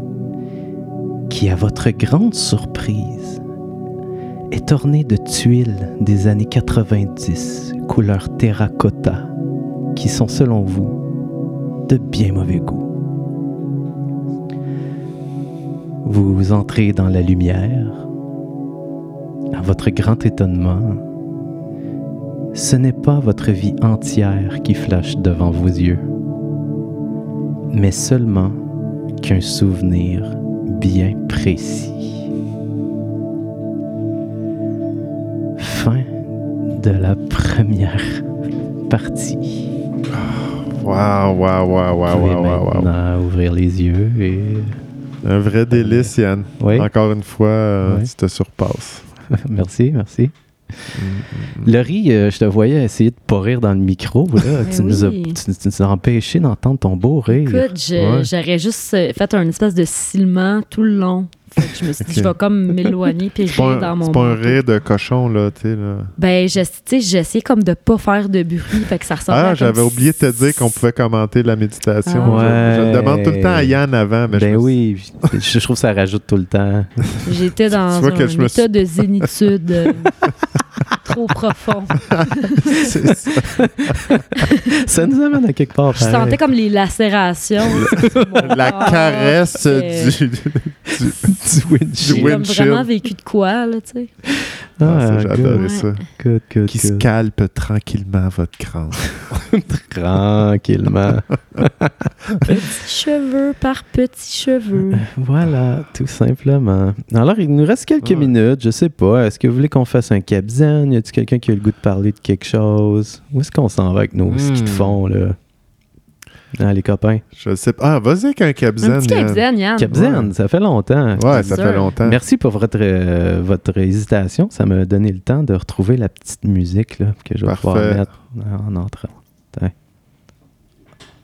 qui, à votre grande surprise, est orné de tuiles des années 90, couleur terracotta, qui sont, selon vous, de bien mauvais goût. Vous entrez dans la lumière. À votre grand étonnement, ce n'est pas votre vie entière qui flash devant vos yeux, mais seulement qu'un souvenir bien précis. Fin de la première partie.
Waouh, waouh, waouh,
Vous
waouh,
pouvez
waouh, waouh, waouh.
maintenant ouvrir les yeux et...
Un vrai délice, Yann.
Oui,
Encore une fois, euh,
Ouais.
tu te surpasses.
merci, merci.
Mm,
Laurie, euh, je te voyais essayer de pas rire dans le micro. Là.
Mais
tu, nous as,
oui.
tu- tu nous as empêché d'entendre ton beau rire.
Écoute, je-
Ouais.
j'aurais juste euh, fait un espèce de ciment tout le long. Fait que je me suis dit,
Ok.
je vais comme m'éloigner puis
C'est pas
rire dans
un,
mon
c'est pas un
manteau.
rire de cochon, là, tu sais. là.
Ben, je- tu sais, j'essayais comme de pas faire de bruit, fait que ça ressemblait à
Ah,
comme
j'avais
si-
oublié de te dire qu'on pouvait commenter la méditation.
Ah.
Je- Je, le demande tout le temps à
Ouais.
Yann avant, mais
ben
je me-
oui, je, je trouve que ça rajoute tout le temps.
J'étais dans
vois que
un
je me
état
suis-
de zénitude euh, trop profond.
c'est ça.
ça nous amène à quelque part. hein.
Je sentais comme les lacérations. sur mon
la
corps.
caresse
euh,
du.
du windshield.
J'ai comme
windshield.
vraiment vécu de quoi, là, tu sais.
Ah, ça,
Ah,
j'ai
good,
adoré ça.
good, good,
Qui se
good.
calpe tranquillement votre crâne.
Tranquillement.
Petits cheveux par petits cheveux.
Voilà, tout simplement. Alors, il nous reste quelques
Ouais.
minutes. Je sais pas. Est-ce que vous voulez qu'on fasse un capzan? Y a-t-il quelqu'un qui a le goût de parler de quelque chose? Où est-ce qu'on s'en va avec nos
Hmm.
skis de fond, là? Ah, les copains.
Je sais pas. Ah, vas-y avec un
Un
Capzan.
petit
Yann.
capitaine, Yann.
Capzan, ça fait longtemps.
Ouais, ça
Capzan.
fait longtemps.
Merci pour votre, euh, votre hésitation. Ça m'a donné le temps de retrouver la petite musique là, que je vais pouvoir
Parfait.
mettre en entrant. Tiens.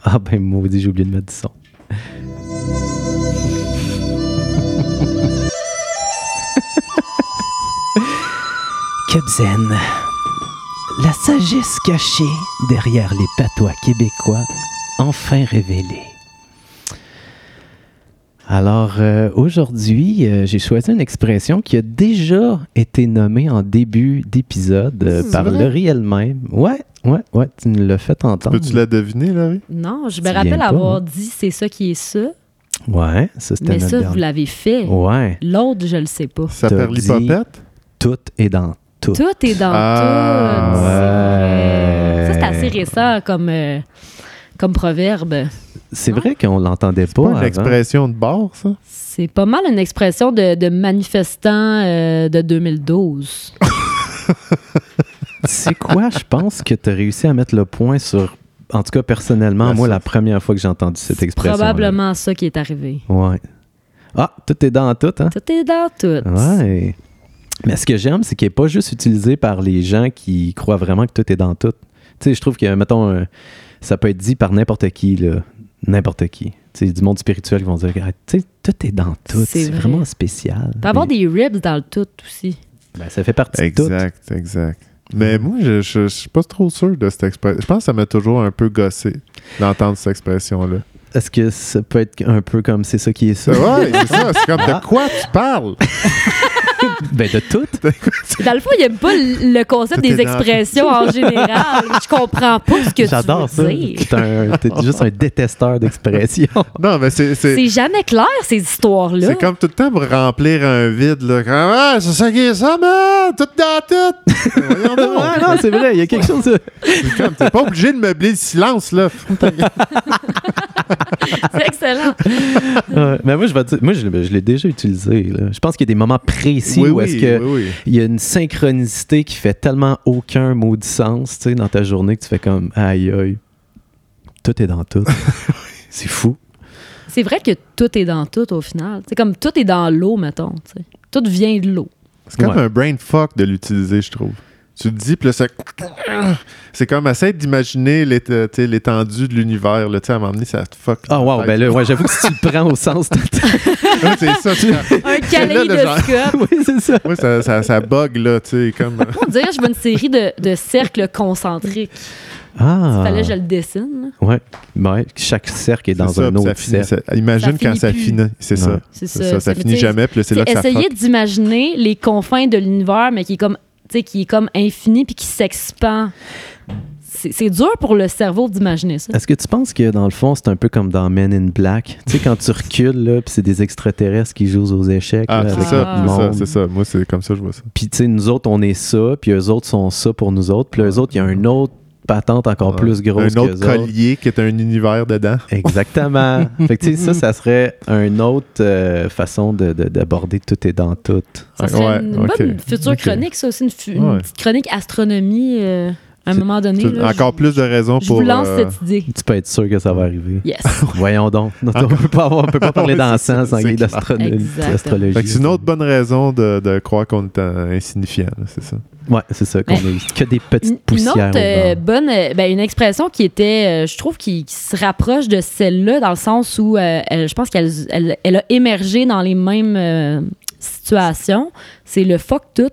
Ah ben maudit, j'ai oublié de mettre du son. Kebzen, la sagesse cachée derrière les patois québécois, enfin révélée. Alors, euh, aujourd'hui, euh, j'ai choisi une expression qui a déjà été nommée en début d'épisode euh,
C'est
par
vrai?
Laurie elle-même. Ouais, ouais, ouais, tu nous l'as fait entendre.
Peux-tu la deviner, Larry?
Non, je
Tu
me
viens
rappelle
pas, hein?
avoir dit c'est ça qui est ça,
Ouais, ça c'était
mais
notre
ça, vous
dernier.
l'avez fait.
Ouais,
L'autre, je le sais pas.
Ça
T'as
perd
dit-
l'hypopète?
tout est dans tout.
Tout est dans
Ah,
tout.
ouais.
Ça, c'est assez récent comme, euh, comme proverbe.
C'est
Non?
vrai qu'on l'entendait
Pas
pas
une
avant.
expression de bord, ça?
C'est pas mal une expression de, de manifestant euh, de 2012.
C'est quoi, je pense que tu as réussi à mettre le point sur. En tout cas, personnellement,
Ouais,
moi,
ça-
la première fois que j'ai entendu cette expression.
Probablement ça qui est arrivé.
Ouais. Ah, tout est dans tout, hein?
Tout est dans tout.
Ouais. Mais ce que j'aime, c'est qu'elle n'est pas juste utilisée par les gens qui croient vraiment que tout est dans tout. Tu sais, je trouve que, mettons, euh, ça peut être dit par n'importe qui, là. N'importe qui. Tu sais, du monde spirituel qui vont dire, Ah, tu sais, tout est dans tout.
C'est
C'est
vrai.
vraiment spécial.
Peut avoir
Mais-
des ribs dans le tout aussi.
ben, ça fait partie de tout. Mm.
Exact, exact. Mais moi, je, je, je suis pas trop sûr de cette expression. Je pense que ça m'a toujours un peu gossé d'entendre cette expression-là.
Est-ce que ça peut être un peu comme c'est ça qui est ça?
Ouais, c'est ça. C'est comme de quoi tu parles?
ben, de tout.
Dans le fond, il aime pas le le concept
Tout est
des
dans
expressions en général. Je comprends pas ce que
J'adore
tu
ça.
veux dire.
T'es un- t'es juste un détesteur d'expression.
Non, mais c'est. c'est-
C'est jamais clair, ces histoires-là.
C'est comme tout le temps pour remplir un vide, là. Comme, ah, c'est ça qui est ça, man! Tout dans tout! Voyons donc!
ah non, c'est vrai, il y a quelque chose de...
C'est comme, T'es pas obligé de meubler le silence, là.
C'est excellent.
Ouais, mais moi, je vais dire- moi, je, je l'ai déjà utilisé. là. Je pense qu'il y a des moments précis
oui,
où
oui,
est-ce que
oui, oui.
il y a une synchronicité qui fait tellement aucun mot de sens, tu sais, dans ta journée que tu fais comme aïe aïe, tout est dans tout. c'est fou.
C'est vrai que tout est dans tout au final. C'est comme tout est dans l'eau, mettons. tu sais. Tout vient de l'eau.
C'est comme
Ouais.
un brain fuck de l'utiliser, je trouve. Tu te dis, puis là, ça- C'est comme, essaie d'imaginer l'ét- euh, tu sais, l'étendue de l'univers, là. Tu sais, à un moment donné, ça te fuck.
Ah wow, ben là, ouais, j'avoue que si tu le prends au sens total,
Ouais, c'est ça, tu-
Un
oui,
kaléidoscope.
c'est ça.
ouais, ça, ça, ça bug, là, tu sais, comme... euh,
On dirait que je veux une série de, de cercles concentriques.
Ah.
Fallait que je le dessine. là.
Ouais, ouais, chaque cercle est dans
c'est ça,
un
puis ça
autre
finit,
cercle.
ça- Imagine
Ça
quand
finit
ça
plus.
finit, c'est
Ouais.
ça.
C'est
C'est ça, ça
Mais
finit
tu sais,
jamais, puis là, c'est là
T'sais,
que ça
essayez
fuck.
d'imaginer les confins de l'univers, mais qui est comme, tu sais, qui est comme infini puis qui s'expand. C'est c'est dur pour le cerveau d'imaginer ça.
Est-ce que tu penses que dans le fond, c'est un peu comme dans Men in Black? Tu sais, quand tu recules, là, puis c'est des extraterrestres qui jouent aux échecs.
Ah,
là,
c'est
avec
ça,
le
c'est ça,
monde.
c'est ça. Moi, c'est comme ça, je vois ça.
Puis, tu sais, nous autres, on est ça, puis eux autres sont ça pour nous autres. Puis, eux autres, il y a une autre patente encore
Ouais.
plus grosse
Un autre
qu'eux autres.
collier qui est un univers dedans.
Exactement. fait que, tu sais, ça, ça serait une autre euh, façon de- de- d'aborder tout est dans tout.
Ça serait
Ah, Ouais,
une
ok.
bonne future
Ok.
chronique, ça aussi, une, fu- une
Ouais.
petite chronique astronomie. euh, À un
C'est-
moment donné,
C'est
là,
Encore plus de raisons
je, je
pour.
vous lance
euh,
cette idée.
Tu peux être sûr que ça va arriver.
Yes.
Voyons donc. Non, on peut pas avoir- on peut pas parler
Ouais, Ah. c'est
d'encens
ça,
sans
c'est
guide
clair.
d'astronomie-
Exactement.
d'astrologie.
fait que c'est une autre bonne raison de, de croire qu'on est euh, insignifiant, là, c'est ça.
Ouais, c'est ça. Qu'on est que des petites poussières.
Une autre
au
euh,
vent.
bonne, euh, ben, une expression qui était, euh, je trouve, qui, qui se rapproche de celle-là dans le sens où euh, elle- je pense qu'elle elle, elle a émergé dans les mêmes euh, situations, c'est le fuck tout.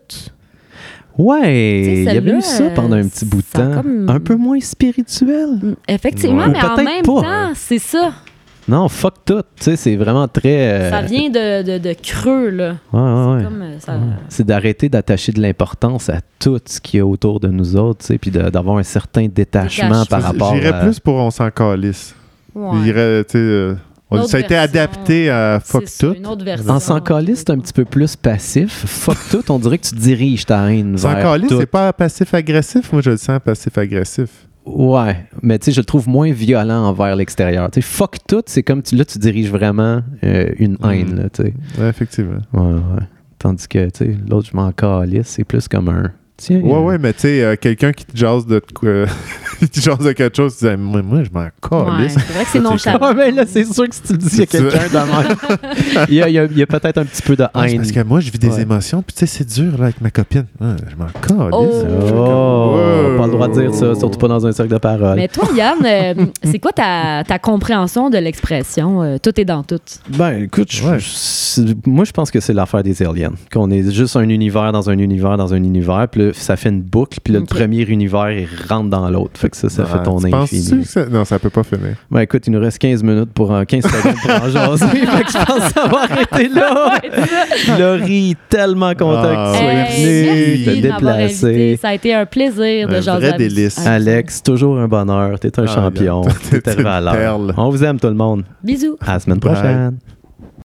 Ouais,
Tu sais,
il y avait
celle-là, euh,
eu ça pendant un petit bout de
ça a
temps.
comme-
Un peu moins spirituel.
Mm, Effectivement,
Ouais.
mais
Ou
en
peut-être
même
pas. hein.
temps, c'est ça.
Non, fuck tout. Tu sais, c'est vraiment très. euh,
Ça vient de, de, de creux, là.
Ouais, ouais, Mm. ouais.
Comme, euh, ça-
Ouais. C'est d'arrêter d'attacher de l'importance à tout ce qui est autour de nous autres, tu sais, puis de- d'avoir un certain détachement
Détachement.
par rapport
J'irais
à...
plus pour on s'en calisse.
Ouais.
J'irais, tu sais, euh, on-
L'autre
ça a été
version,
adapté à Fuck
C'est ça,
Tout.
Une autre version.
euh, En s'en calisse, c'est un petit peu plus passif. Fuck tout, on dirait que tu diriges ta haine
S'en
vers
calisse,
tout.
c'est pas passif-agressif. Moi, je le sens passif-agressif.
Ouais, mais tu sais, je le trouve moins violent envers l'extérieur. Tu sais, fuck tout, c'est comme tu, là, tu diriges vraiment euh, une
Mm.
haine, là, tu sais.
Ouais, effectivement.
Ouais, ouais. Tandis que, tu sais, l'autre, je m'en calisse, c'est plus comme un... Tiens,
Mm.
Ouais,
euh,
ouais, mais tu sais, euh, quelqu'un qui te jase de, quoi- qui te jase de quelque chose, tu dis, moi, moi, je m'en
Ouais,
calisse.
c'est vrai que c'est nonchalant.
Ah, mais là, c'est sûr que si tu le dis à
C'est ça.
quelqu'un de même, il y a, il y a- il y a peut-être un petit peu de
Ah, c'est
haine.
parce que moi, je vis des
Ouais.
émotions, puis tu sais, c'est dur là, avec ma copine. Ah, je m'en calisse.
Oh.
Oh, pas le droit de dire ça, surtout pas dans un cercle de parole.
Mais toi, Yann, euh, c'est quoi ta, ta compréhension de l'expression euh, Tout est dans tout?
Ben, écoute, je-
Ouais.
je- c'est- moi, je pense que c'est l'affaire des aliens. Qu'on est juste un univers dans un univers dans un univers, puis là, ça fait une boucle, puis là,
Ok.
le premier univers, il rentre dans l'autre. Fait que ça, ça
Ah,
fait ton
tu penses-tu
infini.
que ça- Non, ça peut pas finir.
Ben, écoute, il nous reste 15 minutes pour en 15 secondes pour en jaser. fait que je pense que ça va arrêter là. Laurie, tellement content
Ah,
que tu sois venu,
ouais.
merci
te
de m'avoir invité.
déplacer.
Ça a été un plaisir de
Un
jaser
vrai
avec-
délice.
avec-
Alex, toujours un bonheur. T'es un
Ah,
champion.
regarde,
T'es
t'es
arrivé à
une
l'heure.
perle.
On vous aime, tout le monde.
Bisous.
À la semaine
Bye.
prochaine.